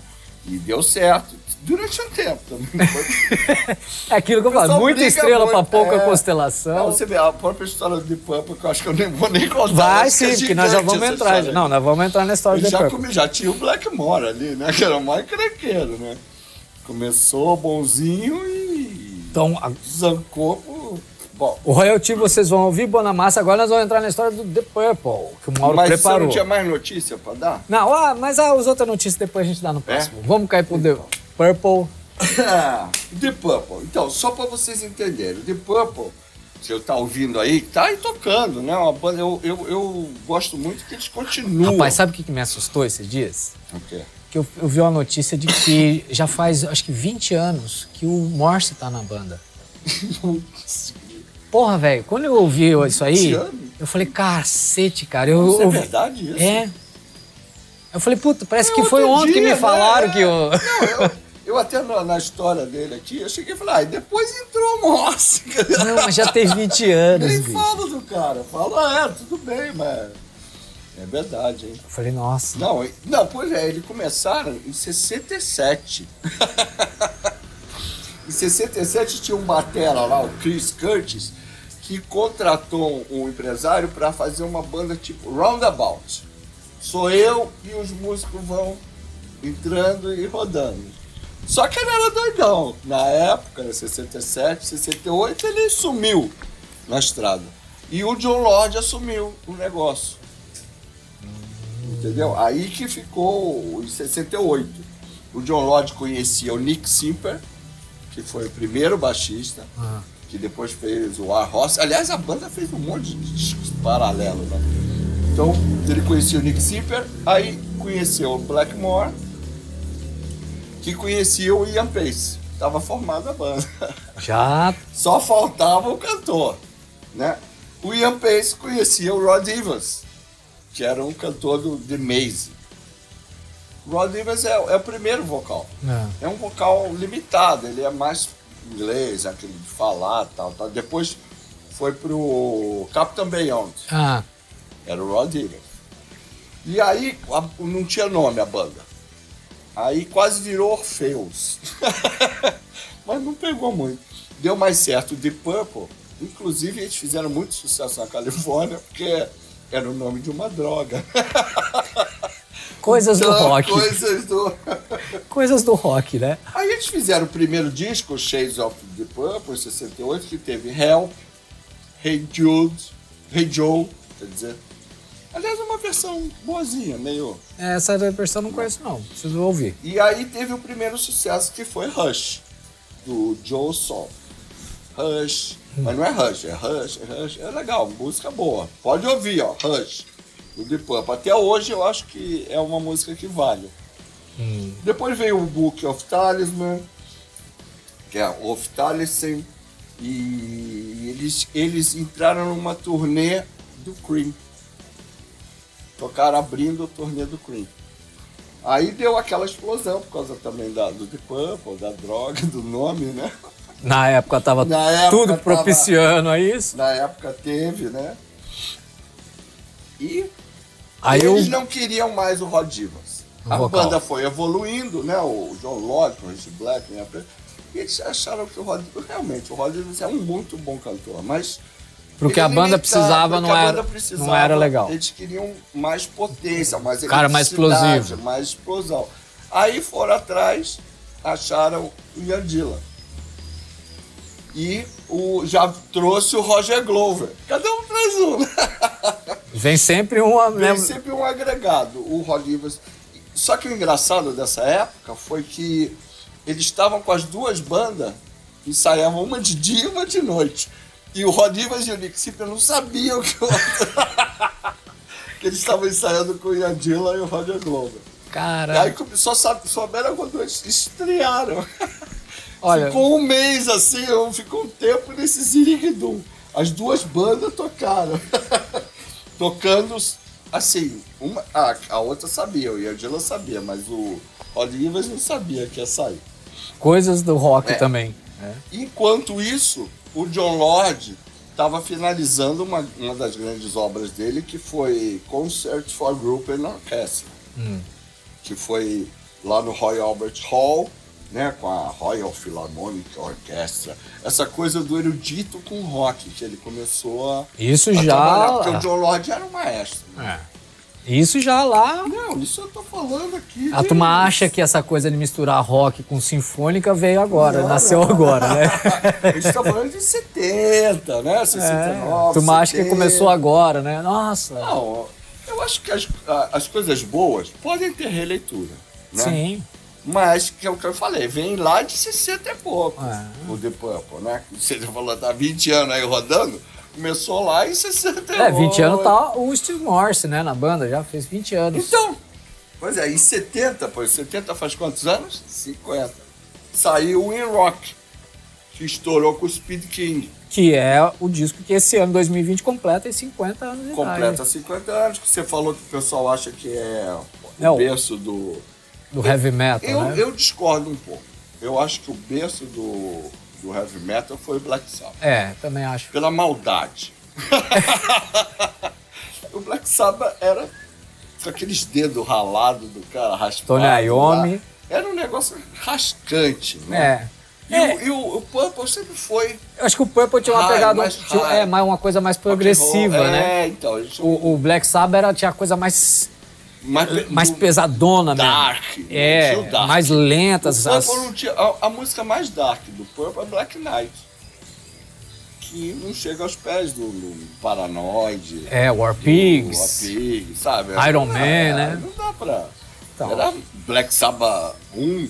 E deu certo. Durante um tempo também. não foi- É aquilo que eu falo, pessoal muita briga estrela pra muito, pouca é. constelação. Não, você vê a própria história do Deep Purple, que eu acho que eu nem vou nem contar. Vai acho que é sim, porque nós já gigante vamos essa entrar. história. Não, nós vamos entrar na história Ele do The já, Purple. come, já tinha o Blackmore ali, né? Que era o mais craqueiro, né? Começou bonzinho e Então, a- zancou pro... Bom, o Royalty vocês vão ouvir, Bonamassa. Agora nós vamos entrar na história do The Purple, que o Mauro mas você preparou. não tinha mais notícia pra dar? Não, ah, mas ah, as outras notícias depois a gente É? dá no próximo. Vamos cair pro The Purple. The Purple. Então, só pra vocês entenderem, The Purple, você tá ouvindo aí, tá aí tocando, né? Uma banda, eu, eu, eu gosto muito que eles continuam. Rapaz, sabe o que, que me assustou esses dias? O quê? Que eu, eu vi uma notícia de que já faz acho que 20 anos que o Morse tá na banda. Porra, velho, quando eu ouvi isso aí, 20 anos? eu falei, cacete, cara. Eu, Isso é ouvi- verdade isso? É. Eu falei, puta, parece É que foi outro ontem que dia, me né? falaram que eu. Não, eu, eu até na, na história dele aqui, eu cheguei e falei, ah, e depois entrou o Morse, cara. Não, mas já tem 20 anos, Nem bicho. fala do cara, fala, ah, é, tudo bem, mas... É verdade, hein? Eu falei, nossa. Não, e- não, pois é, eles começaram em 67. em 67 tinha um batera lá, o Chris Curtis, que contratou um empresário para fazer uma banda tipo Roundabout. Sou eu e os músicos vão entrando e rodando. Só que ele era doidão. Na época, em 67, 68, ele sumiu na estrada. E o John Lord assumiu o negócio. Entendeu? Aí que ficou em 68. O John Lodge conhecia o Nick Simper, que foi o primeiro baixista, Ah. que depois fez o War Horse. Aliás, a banda fez um monte de discos paralelos, né? Então, ele conhecia o Nick Simper, aí conheceu o Blackmore, que conhecia o Ian Pace. Tava formada a banda. Já. Só faltava o cantor, né? O Ian Pace conhecia o Rod Evans, que era um cantor do The Maze. Rod Evans é, é o primeiro vocal. Não. É um vocal limitado, ele é mais inglês, aquele de falar tal, tal. Depois foi pro Captain Beyond, Ah, era o Rod Evans. E aí a- não tinha nome a banda. Aí quase virou Orfeus. Mas não pegou muito. Deu mais certo o Deep Purple. Inclusive, eles fizeram muito sucesso na Califórnia, porque era o nome de uma droga. coisas do Então, rock. Coisas do... Coisas do rock, né? Aí eles fizeram o primeiro disco, Shades of the Purple, em 68, que teve Help, Hey Jude, Hey Joe, quer dizer... Aliás, é uma versão boazinha, meio... É, Essa versão eu não conheço, não. Preciso ouvir. E aí teve o primeiro sucesso que foi Rush, do Joe Sol. Rush, mas não é Rush, é Rush, é Rush, é legal, música boa. Pode ouvir, ó, Rush, do Deep Purple. Até hoje eu acho que é uma música que vale. Depois veio o Book of Talisman, que é Of Talisman, e eles, eles entraram numa turnê do Cream. Tocaram abrindo a turnê do Cream. Aí deu aquela explosão por causa também da, do The Purple, da droga, do nome, né? Na época tava Na época tudo tava- propiciando a isso. Na época teve, né? E Aí eu. eles não queriam mais o Rod Divas. O a vocal. banda foi evoluindo, né? O John Lodge, o Rich Black, né? E eles acharam que o Rod realmente, o Rod Divas é um muito bom cantor, mas. Pro que a ele banda limitado, precisava, pro que não a era- banda precisava, não era legal. Eles queriam mais potência, mais Cara mais eletricidade, explosivo. mais explosão. Aí foram atrás, acharam o Yandila. E o, já trouxe o Roger Glover. Cada um traz um, né? Vem sempre uma. né? Tem sempre um agregado, o Rod Evans. Só que o engraçado dessa época foi que eles estavam com as duas bandas, ensaiavam uma de dia e uma de noite. E o Rod Evans e o Nick Simper não sabiam que, o... que eles estavam ensaiando com o Yandila e o Roger Glover. E aí Cara. come- só sabe, souberam quando eles estrearam. Olha- Ficou um mês assim, um- ficou um tempo nesse ziriguidum. As duas bandas tocaram. Tocando, assim, uma, a, a outra sabia, o Yandila sabia, mas o Olivas não sabia que ia sair. Coisas do rock É. também. Enquanto isso, o John Lord estava finalizando uma, uma das grandes obras dele, que foi Concert for Group and Orchestra, Hum. que foi lá no Royal Albert Hall, né, com a Royal Philharmonic Orchestra. Essa coisa do erudito com rock que ele começou a, Isso a trabalhar, porque já. o John Lord era um maestro. né? É. Isso já lá. Não, isso eu tô falando aqui. A de- turma Ah, acha que essa coisa de misturar rock com sinfônica veio agora, Não, nasceu não. agora, né? A gente tá falando de 70, né? É, 69. turma acha que 70. começou agora, né? Nossa. Não, eu acho que as, a- as coisas boas podem ter releitura. Né? Sim. Mas, que é o que eu falei, vem lá de 60 e pouco. Ah. O The Purple, né? Você já falou, tá 20 anos aí rodando. Começou lá em 60 e É, 20 anos oito. tá o Steve Morse, né, na banda, já fez 20 anos. Então, pois é, em 70, pô, 70 faz quantos anos? 50. Saiu o In Rock, que estourou com o Speed King. Que é o disco que esse ano, 2020, completa e 50 anos de Completa idade. 50 anos, que você falou que o pessoal acha que é o Não. berço do. Do heavy metal, Eu, né? eu discordo um pouco. Eu acho que o berço do, do heavy metal foi o Black Sabbath. É, também acho. pela maldade. o Black Sabbath era com aqueles dedos ralados do cara raspado. Tony lá. Iommi. Era um negócio rascante, né? É. E, É. O, e o, o Purple sempre foi Eu acho que o Purple tinha uma High, pegada. Ah, mais tinha- high. é, mais uma coisa mais progressiva, rock and roll. né? É, então. eles são O, o Black Sabbath era, tinha a coisa mais, mais, mais do- pesadona mesmo. Dark. É, Tinha o dark. mais lenta. As, O Purple não tinha- a, a música mais dark do Purple é Black Knight. Que não chega aos pés do, do Paranoid. é, War do Pigs. Pig, sabe? Iron Não, Man, é, né? Não dá pra. Então. Era Black Sabbath 1,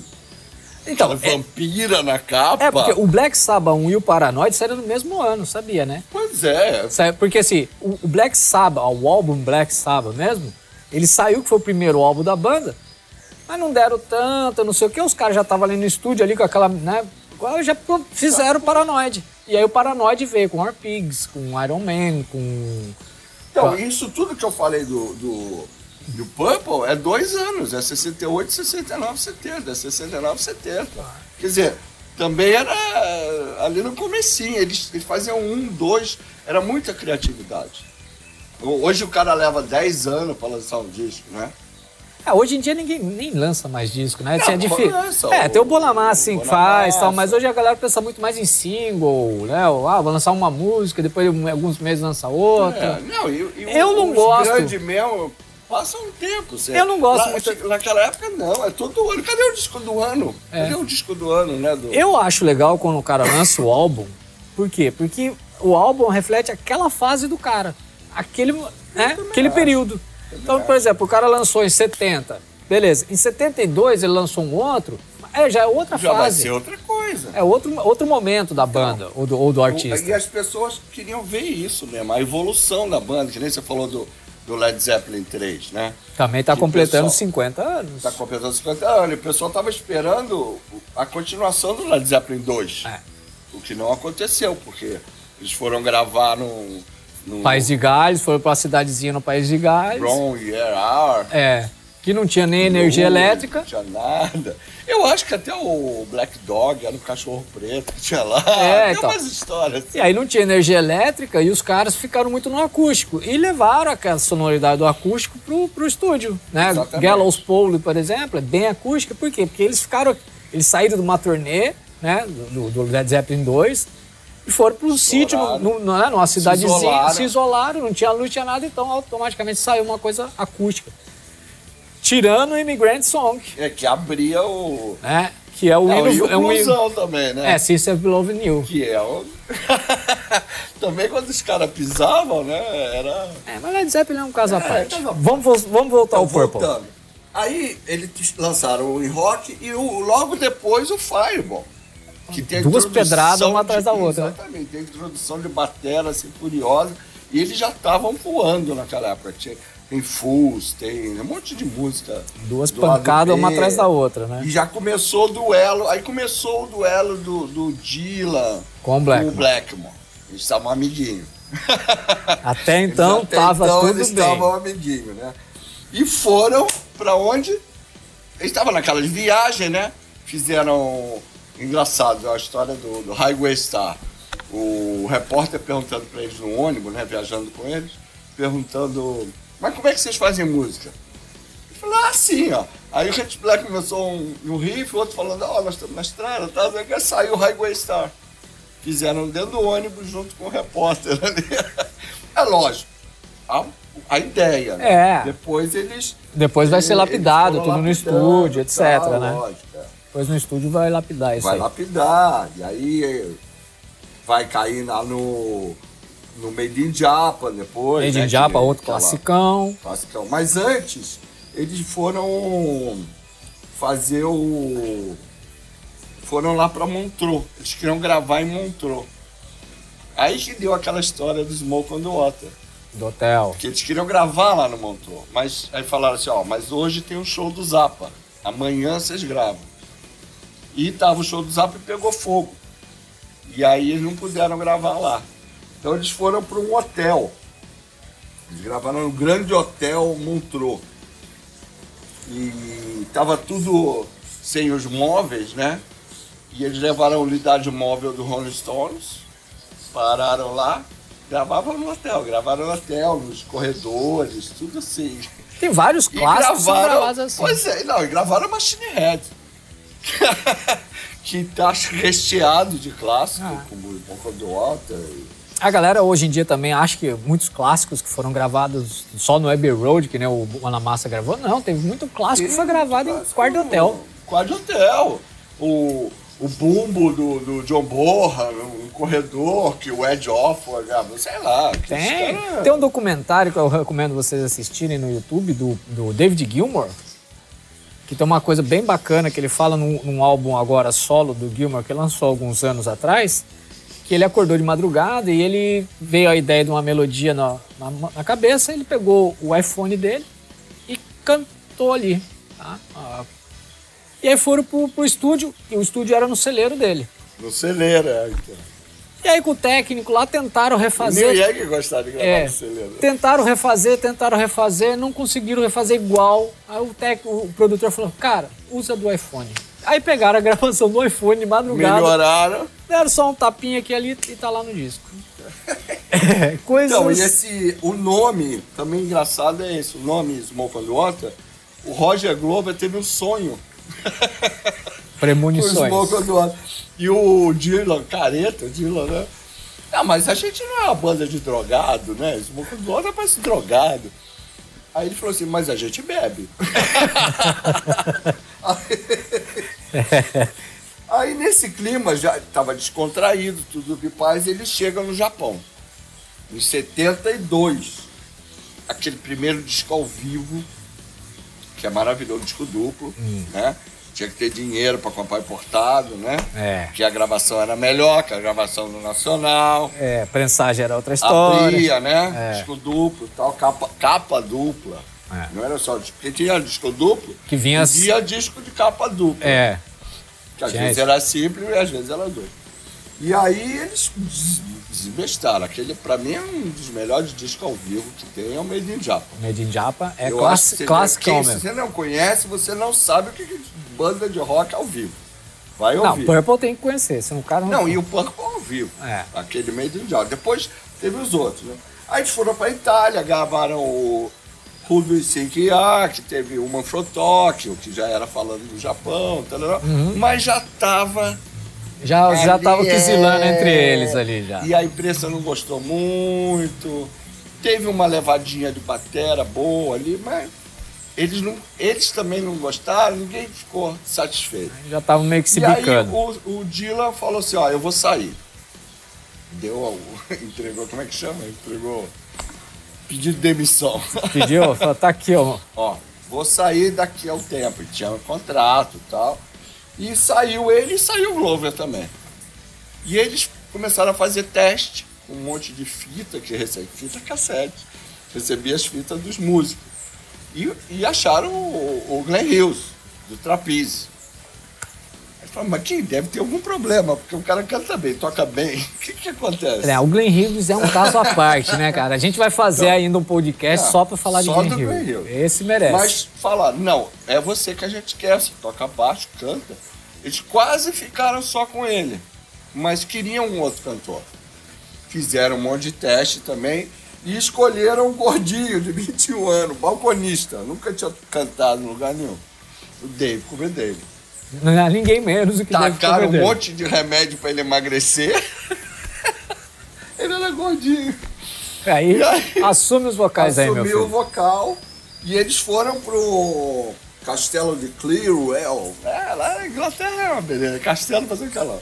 Então, aquela é, vampira na capa. é porque o Black Sabbath 1 e o Paranoid saíram no mesmo ano, sabia, né? Pois é. Sabe, Porque assim, o o Black Sabbath, o álbum Black Sabbath mesmo, ele saiu, que foi o primeiro álbum da banda, mas não deram tanto, não sei o que, os caras já estavam ali no estúdio ali com aquela, né, agora já pro- fizeram o Paranoid. E aí o Paranoid veio com War Pigs, com Iron Man, com... Então, Tá. isso tudo que eu falei do, do, do Purple é dois anos. É 68, 69, 70. É 69, 70. Tá. Quer dizer, também era eh, ali no comecinho. Eles, eles faziam um, dois. Era muita criatividade. Ho- Hoje o cara leva 10 anos pra lançar um disco, né? É, hoje em dia ninguém nem lança mais disco, né? Assim, é Não, difícil. lança, é, o- tem o Bolamar assim o que faz Bolamassa. tal, mas hoje a galera pensa muito mais em single, né? Ou, ah, vou lançar uma música, depois em alguns meses lança outra. É, não, e, e Eu o- não os gosto. grandes mesmo passam um tempo. Certo? Eu não gosto Lá, muito. Naquela época, não. É todo ano. Cadê o disco do ano? É. Cadê o disco do ano, né? Do... Eu acho legal quando o cara lança o álbum. Por quê? Porque o álbum reflete aquela fase do cara, aquele, né, aquele período. Então, por exemplo, o cara lançou em 70. Beleza, em 72 ele lançou um outro, é, já é outra Já vai fase. ser outra coisa. É outro, outro momento da banda ou do, ou do O- artista. E as pessoas queriam ver isso mesmo, a evolução da banda, que nem você falou do, do Led Zeppelin 3, né? Também tá que completando pessoal. 50 anos. Tá completando 50 anos. E o pessoal tava esperando a continuação do Led Zeppelin 2. É. O que não aconteceu, porque eles foram gravar num. num País de Gales, foi pra cidadezinha no País de Gales. Wrong Year Hour. É. Que não tinha nem energia Não, elétrica. Não tinha nada. Eu acho que até o Black Dog era um cachorro preto que tinha lá. É, Tem então. umas histórias. E aí não tinha energia elétrica e os caras ficaram muito no acústico. E levaram aquela sonoridade do acústico pro, pro estúdio, né? Exatamente. Gallows Pole, por exemplo, é bem acústica. Por quê? Porque eles ficaram... Eles saíram de uma turnê, né? Do, do Led Zeppelin 2 e foram para um sítio, no, no, né, numa cidadezinha, se isolaram. isolaram. não tinha luz, tinha nada, então automaticamente saiu uma coisa acústica. Tirando o Immigrant Song, É que abria o. né? Que é o Não, e hino... o É, um hino blusão também, né? é Sister Beloved New. Que é o... Também quando os caras pisavam, né? Era. É, mas Led Zeppelin é um caso à parte. caso à parte. Vamos, vo- vamos voltar ao Então, Tá Purple. voltando. Aí eles lançaram o In Rock e o- logo depois o Fireball. Que tem a Duas introdução pedradas uma atrás de- da outra, né? Exatamente, tem a introdução de batera assim, furiosa. E eles já estavam voando naquela época. Tinha- tem Fools, tem um monte de música. Duas do lado pancadas B. uma atrás da outra, né? E já começou o duelo, aí começou o duelo do, do Dylan Com o Blackmore. o Blackmore. Eles estavam amiguinhos. Até então Eles até tava então, tudo eles bem. estavam amiguinhos, né? E foram pra onde? Eles estavam naquela viagem, né? Fizeram. Engraçado, a história do, do Highway Star. O repórter perguntando pra eles no ônibus, né? Viajando com eles, perguntando: Mas como é que vocês fazem música? Eu falei, ah, sim, ó. Aí o Red Black começou um, um riff, o outro falando, ó, nós estamos na estrada, tá? Aí saiu o Highway Star. Fizeram dentro do ônibus junto com o repórter ali. É lógico. A, a ideia. É. Depois eles. Depois vai ser eles lapidado, foram tudo no lapidando, estúdio, etc, tal, né? lógico, é. Depois no estúdio vai lapidar isso vai aí. lapidar, e aí eh, vai cair lá no, no Made in Japan depois. Made né, in Japa, que- outro que ela- classicão. classicão. um. Mas antes, eles foram fazer o. Foram lá pra Montreux. Eles queriam gravar em Montreux. Aí que deu aquela história do Smoke on the Water. Do hotel. Porque eles queriam gravar lá no Montreux. Mas aí falaram assim, ó, mas hoje tem o show do Zapa. Amanhã vocês gravam. E tava o show do Zapa e pegou fogo. E aí eles não puderam gravar lá. Então eles foram para um hotel. Eles gravaram no grande hotel Montreux. E tava tudo sem os móveis, né? E eles levaram a unidade móvel do Rolling Stones, pararam lá, gravavam no hotel, gravaram no hotel, nos corredores, tudo assim. Tem vários E clássicos que são gravaram. gravados assim. Pois é, não, e gravaram Machine Head. que tá recheado de clássico, Ah. como o Boca do Alta. e- A galera hoje em dia também acha que muitos clássicos que foram gravados só no Abbey Road, que né, o Anamassa gravou, não, teve muito clássico que foi gravado em Clássico quarto no- hotel. Quarto Hotel. O, o bumbo do, do John Borra, o corredor que o Ed Offord gravou, sei lá. que Tem. os caras- Tem um documentário que eu recomendo vocês assistirem no YouTube do, do David Gilmour, que tem uma coisa bem bacana que ele fala num, num álbum agora solo do Gilmour que lançou alguns anos atrás, que ele acordou de madrugada e ele veio a ideia de uma melodia na, na, na cabeça, ele pegou o iPhone dele e cantou ali. tá? Ah, E aí foram pro, pro estúdio, e o estúdio era no celeiro dele. No celeiro, é, então. E aí com o técnico lá tentaram refazer. New Yang gostava de gravar É. no celeiro. Tentaram refazer, tentaram refazer, não conseguiram refazer igual. Aí o, tec, o produtor falou, cara, usa do iPhone. Aí pegaram a gravação do iPhone de madrugada, Melhoraram. deram só um tapinha aqui e ali e tá lá no disco. É, coisas... Então, e esse, o nome, também engraçado é esse, o nome Smoke on the Water, o Roger Glover teve um sonho com o Premonições. Smoke on the Water. E o Dylan, careta, o Dylan, né? Ah, mas a gente não é uma banda de drogado, né? Smoke on the Water parece drogado. Aí ele falou assim, mas a gente bebe. Aí nesse clima, já estava descontraído, tudo que faz, eles chegam no Japão. Em 72. Aquele primeiro disco ao vivo, que é maravilhoso, disco duplo, Hum. né? Tinha que ter dinheiro para comprar importado, né? É. Que a gravação era melhor que a gravação no Nacional. É, prensagem era outra A história. Bria, né? É. Disco duplo e tal, capa, capa dupla. É. Não era só disco, porque tinha disco duplo Que vinha... e tinha disco de capa dupla. É, Que às Tinha vezes isso. era simples e às vezes era doido. E aí eles des- desinvestaram. Aquele, pra mim, é um dos melhores discos ao vivo que tem, é o Made in Japan. Made in Japa é Eu acho que classe, você- classicão quem- Se mesmo. você não conhece, você não sabe o que que é banda de rock ao vivo. Vai Não, ouvir. Purple tem que conhecer, se um cara não... Não, e o Purple ao vivo. É. Aquele Made in Japan. Depois teve os outros, né? Aí eles foram pra Itália, gravaram o Ruby Sinkia, que teve o Manfred Tóquio, que já era falando do Japão, tal, tal, tal. Uhum. mas já tava Já, já Ali tava quisilando é. entre eles ali já. E a imprensa não gostou muito. Teve uma levadinha de batera boa ali, mas eles, não, eles também não gostaram, ninguém ficou satisfeito. Já tava meio que se e aí bicando. o, o Dylan falou assim, ó, eu vou sair. Deu a, entregou, como é que chama? Entregou pedido de demissão. Pediu, falou, tá aqui, ó. ó, vou sair daqui ao tempo. E Tinha um contrato e tal. E saiu ele e saiu o Glover também. E eles começaram a fazer teste com um monte de fita, que recebe fita cassete. Recebia as fitas dos músicos. E, e acharam o, o Glenn Hughes, do Trapeze. Aí falaram, mas quem deve ter algum problema, porque o cara canta bem, toca bem. O que, que acontece? É, o Glenn Hughes é um caso à parte, né, cara? A gente vai fazer ainda um podcast é, só pra falar de só Glenn, do Hughes. Glenn Hughes. Esse merece. Mas falar, não, é você que a gente quer, você toca baixo, canta. Eles quase ficaram só com ele, mas queriam um outro cantor. Fizeram um monte de teste também e escolheram um gordinho de 21 anos, balconista, nunca tinha cantado em lugar nenhum. O Dave Coverdale. Não é ninguém menos do que deve Tacaram um Coverdale. monte de remédio pra ele emagrecer. ele era gordinho. Aí, E aí, assume os vocais aí, meu assumiu o filho. vocal e eles foram pro Castelo de Clearwell. É, lá na Inglaterra é uma beleza. Castelo fazer o que lá.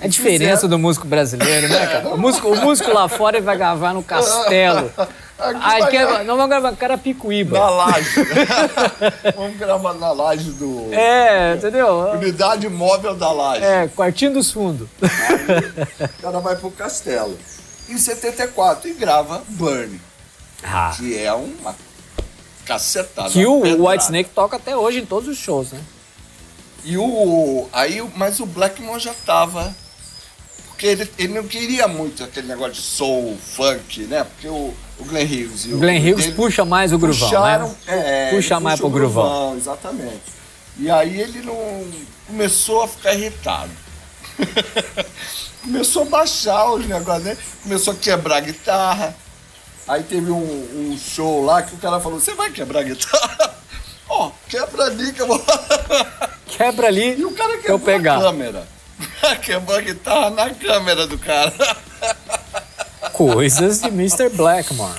É a diferença do músico brasileiro, né, cara? O músico, o músico lá fora ele vai gravar no castelo. Aí vai- quer, não vamos gravar Carapicuíba. Ah, Na laje. Vamos gravar na laje do. É, entendeu? Unidade móvel da laje. É, Quartinho dos Fundos. O cara vai pro castelo. Em 74, e grava Burn, Ah, que é uma cacetada. que o uma pedrada. Whitesnake toca até hoje em todos os shows, né? E o. Aí, o- mas o Blackmore já tava. Porque ele, ele não queria muito aquele negócio de soul, funk, né? Porque o, o Glenn Hughes e O Glenn Hughes dele puxa mais o gruvão, puxaram, né? é, Puxa ele mais puxa pro o gruvão. Exatamente. E aí ele não. começou a ficar irritado. começou a baixar os negócios dele, começou a quebrar a guitarra. Aí teve um, um show lá que o cara falou: Você vai quebrar a guitarra? Ó, quebra ali que eu vou. Quebra ali, E o cara eu quebrou a pegar. câmera. quebrou a guitarra na câmera do cara. Coisas de Mr. Blackmore.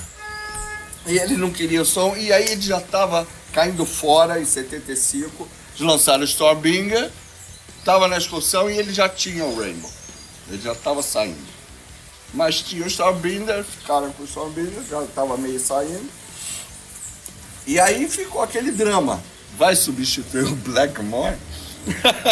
E ele não queria o som, e aí ele já tava caindo fora em 75. Eles lançaram Stormbringer, tava na excursão e ele já tinha o Rainbow. Ele já tava saindo. Mas tinha o Stormbringer, ficaram com o Stormbringer, já tava meio saindo. E aí ficou aquele drama. Vai substituir o Blackmore?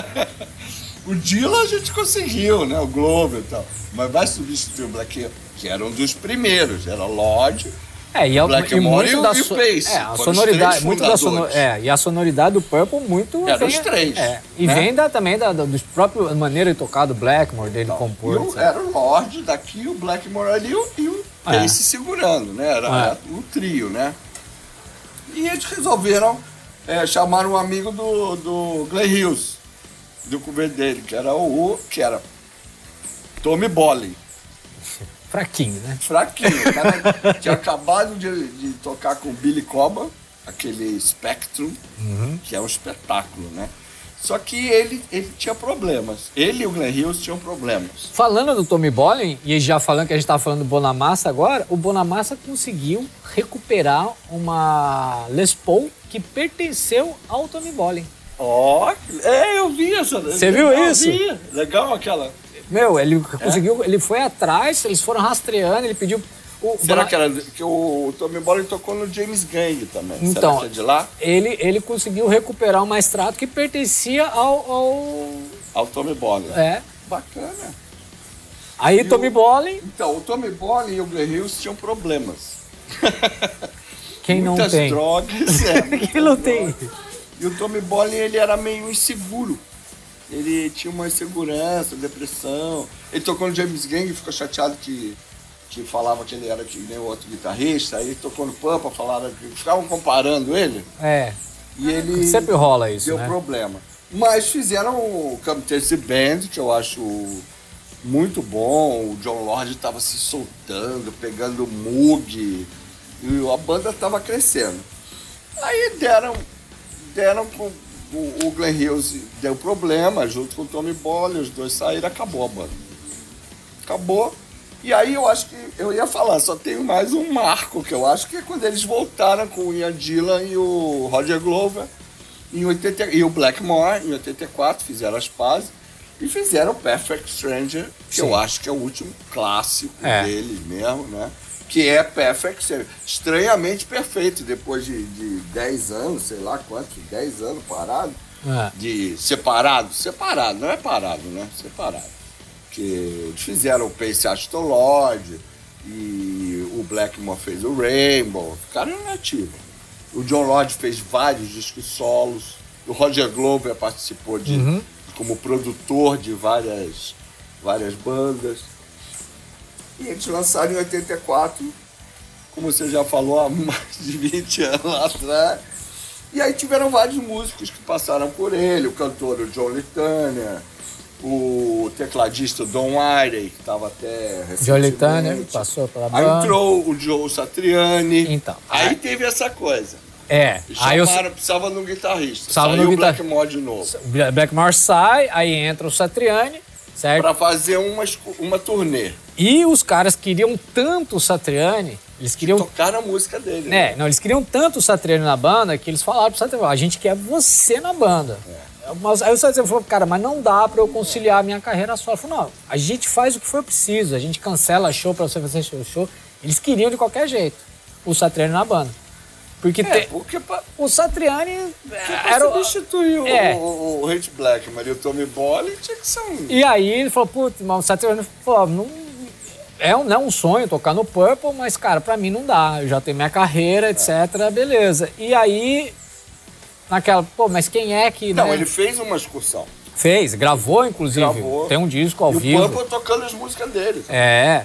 o Dylan a gente conseguiu, né? O Glover e tal. Mas vai substituir o Blackmore, que era um dos primeiros, era Lodge. É, e, a, e Blackmore e muito o- da e o so- Pace, é, a foram os sonoridade, três muito da sono- fundadores. é, e a sonoridade do Purple muito Eram vem- os três, é, e né? vem da, também da, da dos próprios maneira de tocar do Blackmore dele Então, E compor. o- é- etc. era o Lorde daqui, o Blackmore ali e o- e o É. Pace segurando, né? Era É. era o trio, né? E eles resolveram é, chamar um amigo do, do Glenn Hughes, do cover dele, que era o, o- que era Tommy Bolly. Fraquinho, né? Fraquinho, o cara tinha acabado de, de tocar com o Billy Cobham, aquele Spectrum, Uhum. que é um espetáculo, né? Só que ele, ele tinha problemas. Ele e o Glenn Hughes tinham problemas. Falando do Tommy Bolin, e já falando que a gente tá falando do Bonamassa agora, o Bonamassa conseguiu recuperar uma Les Paul que pertenceu ao Tommy Bolin. Ó, é, eu vi essa. Você viu isso? Legal aquela. Meu, ele É? conseguiu, ele foi atrás, eles foram rastreando, ele pediu o Será Bona- que é era que o Tommy Boller tocou no James Gang também? Então, Será que é de lá? Ele, ele conseguiu recuperar um extrato que pertencia ao. ao- Ao Ah, Tommy Boller. é. Bacana. Aí o- Tommy Bolin, Então, o Tommy Boller e o Glenn Hughes tinham problemas. quem não Muitas tem? drogas, é. Quem não tem? E o Tommy Boller, ele era meio inseguro. Ele tinha uma insegurança, depressão. Ele tocou no James Gang e ficou chateado que, que falava que ele era que nem o outro guitarrista. Aí tocou no Pampa, falaram que ficavam comparando ele. É, E ele sempre rola isso. deu né? problema. Mas fizeram o Camtasia Band, que eu acho muito bom. O John Lord estava se soltando, pegando Moog. E a banda estava crescendo. Aí deram, deram com o, o Glenn Hughes deu problema, junto com o Tommy Boyle, os dois saíram, acabou a banda. Acabou. E aí eu acho que eu ia falar, só tem mais um marco que eu acho que é quando eles voltaram com o Ian Dillon e o Roger Glover em 80, e o Blackmore em 84 fizeram as pazes e fizeram Perfect Stranger, que Sim. eu acho que é o último clássico É. dele mesmo, né? Que é Perfect Stranger. Estranhamente perfeito depois de, de 10 anos, sei lá quantos, 10 anos parado É. de separado, separado, não é parado, né? Separado. Que eles fizeram o Pace Aston Lodge e o Blackmore fez o Rainbow, ficaram inativos. O John Lodge fez vários discos solos, o Roger Glover participou de como produtor de várias, várias bandas. E eles lançaram em 84, como você já falou, há mais de 20 anos atrás. E aí tiveram vários músicos que passaram por ele, o cantor o John Litania, o tecladista Don Wiley, que estava até recentemente. John Litania passou pela Aí banda. entrou o Joe Satriani. Então. Aí teve essa coisa. É, aí Chamaram, eu, precisava de um guitarrista. Precisava Saiu de um o guitar- Blackmore de novo. Blackmore sai, aí entra o Satriani. certo? Pra fazer uma, escu- uma turnê. E os caras queriam tanto o Satriani, eles queriam Tocaram a música dele. um- né? É, não, eles queriam tanto o Satriani na banda que eles falaram pro Satriani, a gente quer você na banda. É. Mas, aí o Satriani falou, cara, mas não dá pra eu conciliar a minha carreira só. Ele falou, não, a gente faz o que for preciso, a gente cancela show pra você fazer show, show. Eles queriam de qualquer jeito o Satriani na banda. Porque É, te- porque pra, o Satriani porque pra era o... substituir o- É. o, o, o Hate Blackman e o Tommy Bolly tinha que ser um... E aí ele falou, putz, mas o Satriani falou, não... É um, não é um sonho tocar no Purple, mas, cara, pra mim não dá. Eu já tenho minha carreira, etc. Beleza. E aí, naquela, pô, mas quem é que. Não, né, ele fez uma excursão. Fez, gravou, inclusive. Gravou. Tem um disco ao e vivo. o Pampa tocando as músicas dele. É.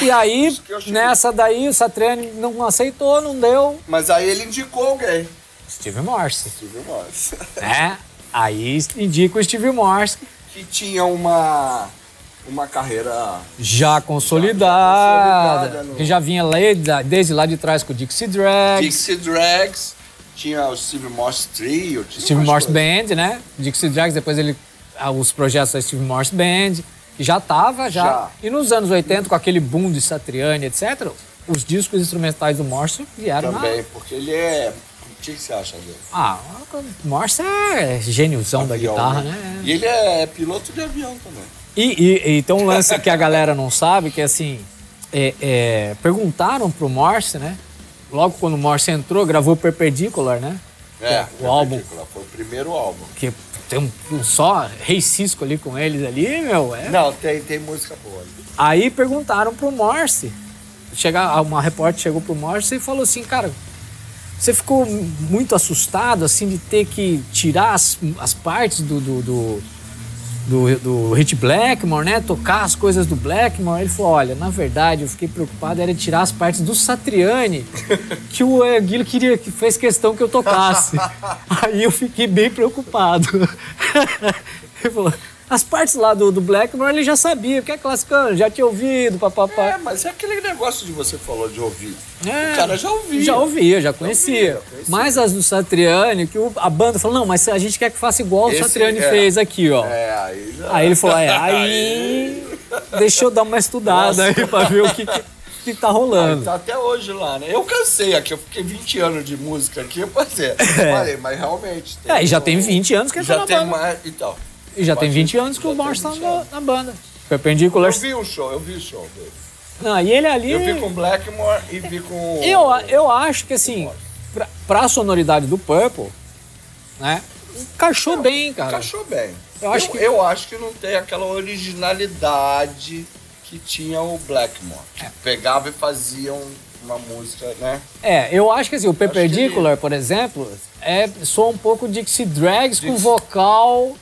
E aí, Isso que eu achei. nessa daí, o Satriani não aceitou, não deu. Mas aí ele indicou alguém. Steve Morse, Steve Morse. né? Aí indica o Steve Morse, que tinha uma... Uma carreira... já consolidada, consolidada, não. que já vinha lá, desde lá de trás com o Dixie Drag, Dixie Drags. Tinha o Steve Morse Trio. tinha Steve umas Morse coisas. Band, né? Dixie Drags, depois ele. ah, Os projetos da Steve Morse Band. E já tava, já. Já. E nos anos 80, com aquele boom de Satriani, etc., os discos instrumentais do Morse vieram na- Também, porque ele é... O que que você acha dele? Ah, o Morse é gêniozão da Avião, guitarra, né? né? E ele é piloto de avião também. E, e- e tem um lance que a galera não sabe, que é assim, é, é, perguntaram pro Morse, né? Logo quando o Morse entrou, gravou Perpendicular, né? É, o álbum. Perpendicular, Foi o primeiro álbum. Que tem um, um só rei cisco ali com eles ali, meu, é Não, tem, tem música boa. Aí perguntaram pro Morse. Chega, uma repórter chegou pro Morse e falou assim, cara, você ficou muito assustado assim de ter que tirar as, as partes do do, do, do, do Hit Blackmore, né? Tocar as coisas do Blackmore. Ele falou, olha, na verdade eu fiquei preocupado era de tirar as partes do Satriani que o eh, Guilo queria, que fez questão que eu tocasse. Aí eu fiquei bem preocupado. Ele falou, as partes lá do, do Blackmore ele já sabia, porque é classicano, já tinha ouvido, papapá. É, mas é aquele negócio de você falou de ouvir. É. o cara já ouvia. Já ouvia, já conhecia. já conhecia. Mas as do Satriani, que o- a banda falou, não, mas a gente quer que faça igual Esse o Satriani é. fez aqui, ó. É, aí já. Aí ele falou, é, aí deixa eu dar uma estudada aí pra ver o que, que, que tá rolando. Tá até hoje lá, né? Eu cansei aqui, eu fiquei 20 anos de música aqui, eu passei. Falei, mas realmente. um É, e já tem 20 anos que ele tá Já na tem banda. mais. Então. E já tem Pode- 20 anos que já o tem Morris tá 20 na, anos. na banda. Perpendicular. Eu vi o show, eu vi o show dele. Não, e ele ali. Eu vi com Blackmore e vi com. Eu, eu acho que assim, pra, pra sonoridade do Purple, né? Encaixou bem, cara. Encaixou bem. Eu acho eu, que- eu acho que não tem aquela originalidade que tinha o Blackmore. Que pegava e fazia um- uma música, né? É, eu acho que assim, o Perpendicular, por exemplo, é, soa um pouco Dixie Drags com Dixie. vocal,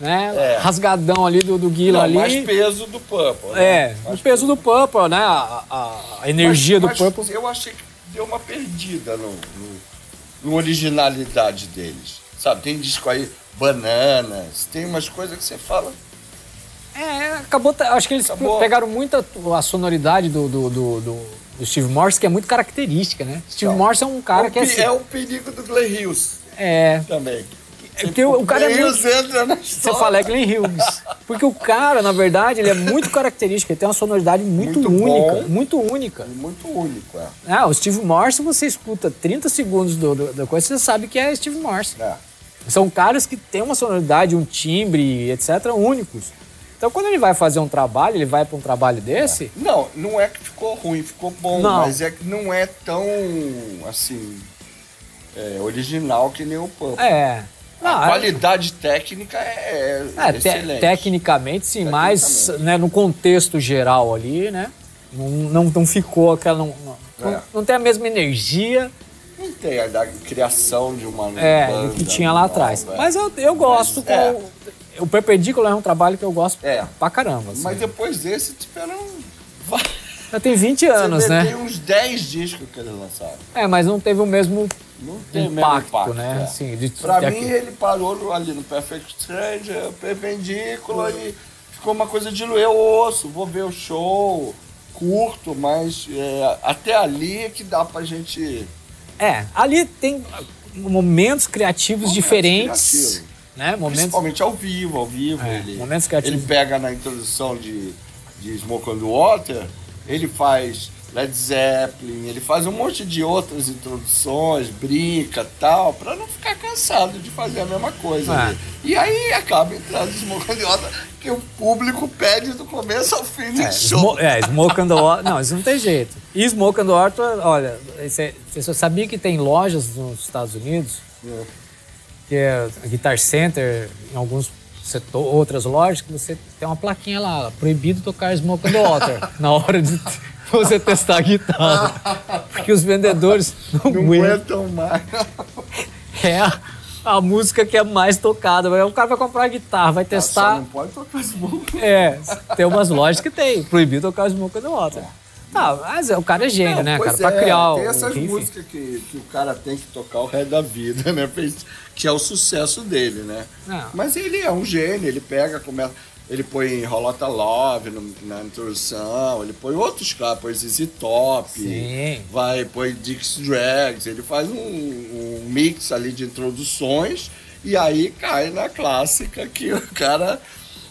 né? É. Rasgadão ali do, do Guila Não, ali. mais peso do Purple. É, né? o Mais peso do Purple, né? A, a- a energia Mas- do mas Purple. Eu achei que deu uma perdida no, no, no originalidade deles. Sabe, tem disco aí, bananas, tem umas coisas que você fala. É, acabou. ta- Acho que eles Acabou. pegaram muito a, a sonoridade do, do, do- do- do Steve Morse, que é muito característica, né? Steve Então, Morse é um cara é o que é pe- assim. é o perigo do Glen Hills É. também. É porque o, o cara é Glenn muito. Hughes entra na Você história. fala é Glenn Hughes. Porque o cara, na verdade, ele é muito característico, ele tem uma sonoridade muito, Muito única. bom. Muito única. Muito único, é. Ah, o Steve Morse, você escuta 30 segundos do- do- da coisa, você sabe que é Steve Morse. é. São caras que têm uma sonoridade, um timbre, etc., únicos. Então, quando ele vai fazer um trabalho, ele vai pra um trabalho desse, Não, não é que ficou ruim, ficou bom, Não. mas é que não é tão, assim, é, original que nem o Pump. é. Não, a é- qualidade técnica é, é, te- excelente. tecnicamente, sim, mas né, no contexto geral ali, né? Não, não, não ficou aquela. Não, não, É. não tem a mesma energia Não tem a da criação de uma é, banda, é. que tinha lá não, atrás. velho. Mas eu, eu gosto. Mas, é. com- O Perpendicular é um trabalho que eu gosto É. pra caramba. assim. Mas depois desse, tiveram... Já tem 20 anos, né? Tem um- uns 10 discos que eles lançaram. É, mas não teve o mesmo Não tem o mesmo impacto, impacto, né? é. Assim, de, Pra de- mim, ele parou no- ali no Perfect Stranger, Perpendicular, e ficou uma coisa de eu osso, vou ver o show, curto, mas é, até ali é que dá pra gente... É, ali tem momentos criativos Momentos diferentes, criativos. né? Momentos, Principalmente ao vivo, ao vivo. É, ele, momentos criativos. ele pega na introdução de, de Smoke on the Water, ele faz Led Zeppelin, ele faz um monte de outras introduções, brinca tal, pra não ficar cansado de fazer a mesma coisa. É. ali. E aí acaba entrando Smoke on the Water, que o público pede do começo ao fim do É, show. Smo- é, Smoke and the Water. Não, isso não tem jeito. E Smoke and the Water, olha, você você só sabia que tem lojas nos Estados Unidos, que é a Guitar Center, em alguns setor, outras lojas, que você tem uma plaquinha lá, proibido tocar Smoke and the Water, na hora de você testar a guitarra. Porque os vendedores não, Não aguentam. aguentam mais. É a, a música que é mais tocada. O cara vai comprar a guitarra, vai Só testar. não pode tocar Smoke É, tem umas lojas que tem. Proibido tocar Smoke and the Water. Tá, mas é, o cara é gênio, Não, né, cara? pois Pra é, criar Tem o essas riff. músicas que, que o cara tem que tocar o resto da vida, né? Pra isso- Que é o sucesso dele, né? Ah. Mas ele é um gênio, ele pega, começa. Ele põe Rolota Love no- na introdução, ele põe outros caras, põe ZZ Top, Sim. vai, põe Dix Drags, ele faz um, um mix ali de introduções e aí cai na clássica que o cara,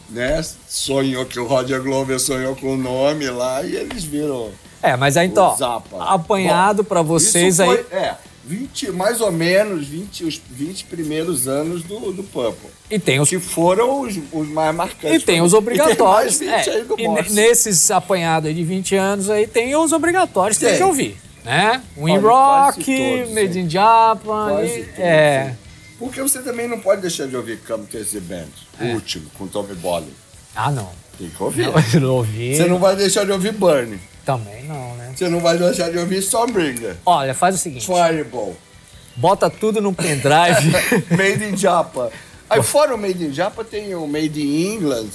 né, sonhou que o Roger Glover sonhou com o nome lá e eles viram É, mas aí então, o Zappa. ó, apanhado Bom, pra vocês isso aí. foi, É, 20, mais ou menos 20, os 20 primeiros anos do, do Purple. E tem os. Que foram os, os mais marcantes. E tem os E obrigatórios. tem um mais 20 é, aí do e Morrison. ne- nesses apanhados aí de 20 anos aí, tem os obrigatórios que tem Tem. que ouvir. Né? Win Olha, Rock, quase todos, Made hein? in Japan. Quase e- todos, é. sim. Porque você também não pode deixar de ouvir Come to the Band, o último, com Tommy Bolly. Ah, não. Tem que ouvir. Eu É. não é. ouvi. Você não vai deixar de ouvir Burn. Também não, né? Você não vai deixar de ouvir Stormbringer. Olha, faz o seguinte. Fireball. Bota tudo num pendrive. Made in Japa. Aí fora o Made in Japa tem o Made in England.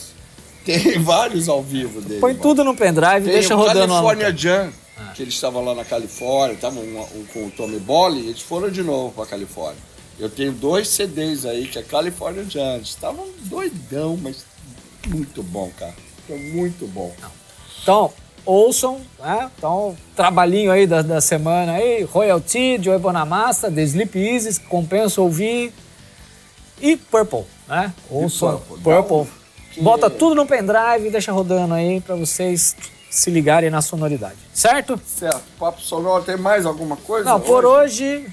Tem vários ao vivo dele. Põe tudo num pendrive e Tem deixa o rodando lá. no- Ah. California Jam, que eles estavam lá na Califórnia, estavam um- um com o Tommy Bolly, e eles foram de novo pra Califórnia. Eu tenho dois CDs aí, que é California Jam. Eles estavam doidão, mas muito bom, cara. Foi muito bom. Então, ouçam, né? Então, trabalhinho aí da, da semana aí, Royalty, Joey Bonamassa, The Sleep Easy, compensa ouvir. E Purple, né? Ouçam Purple, dá um Purple. Bota tudo no pendrive e deixa rodando aí pra vocês se ligarem na sonoridade. Certo? Certo, papo sonoro, tem mais alguma coisa? Não, por hoje.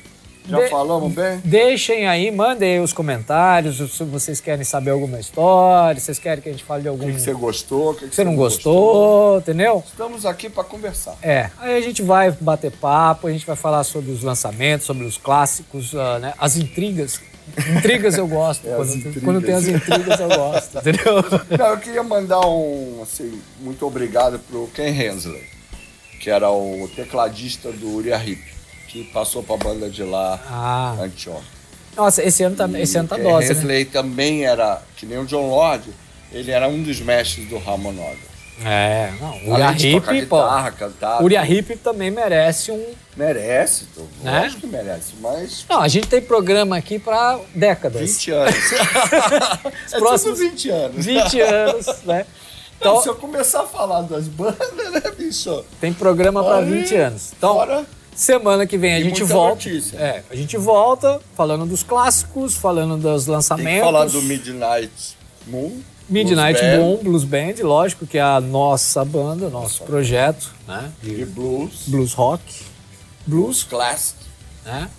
Já de- falamos bem? Deixem aí, mandem aí os comentários, se vocês querem saber alguma história, vocês querem que a gente fale de algum. O que que você gostou? O que que Você não gostou, entendeu? Estamos aqui pra conversar. É, aí a gente vai bater papo, a gente vai falar sobre os lançamentos, sobre os clássicos, ah, né? as intrigas. Intrigas eu gosto. É, as quando, tem, intrigas. quando tem as intrigas eu gosto, entendeu? Não, eu queria mandar um, assim, muito obrigado pro Ken Hensley, que era o tecladista do Uriah Heep, que passou pra banda de lá Ah. anteontem. Nossa, esse ano tá, esse ano tá Ken dose, né? Hensley é, também era, que nem o John Lord, ele era um dos mestres do Ramon É, não. O Uriah tocar Heep, pô. guitarra, cantar. O Uriah Heep também merece um. Merece, tô, Né? lógico que merece, mas Não, a gente tem programa aqui pra décadas. 20 anos. é próximos próximos 20 anos. 20 anos, né? Então, Então, se eu começar a falar das bandas, né, bicho? tem programa pra 20 anos. Então, Bora. Semana que vem a E gente muita volta. notícia. É, a gente volta falando dos clássicos, falando dos lançamentos. Tem que falar do Midnight Moon. é Midnight Blues Band Boom, Blues Band, lógico que é a nossa banda, nosso projeto, né? E De blues. blues rock, Blues classic. né?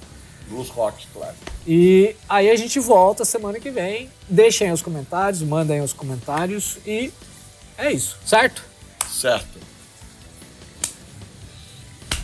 Blues rock classic. E aí a gente volta semana que vem. Deixem aí os comentários, mandem aí os comentários e é isso, certo? Certo.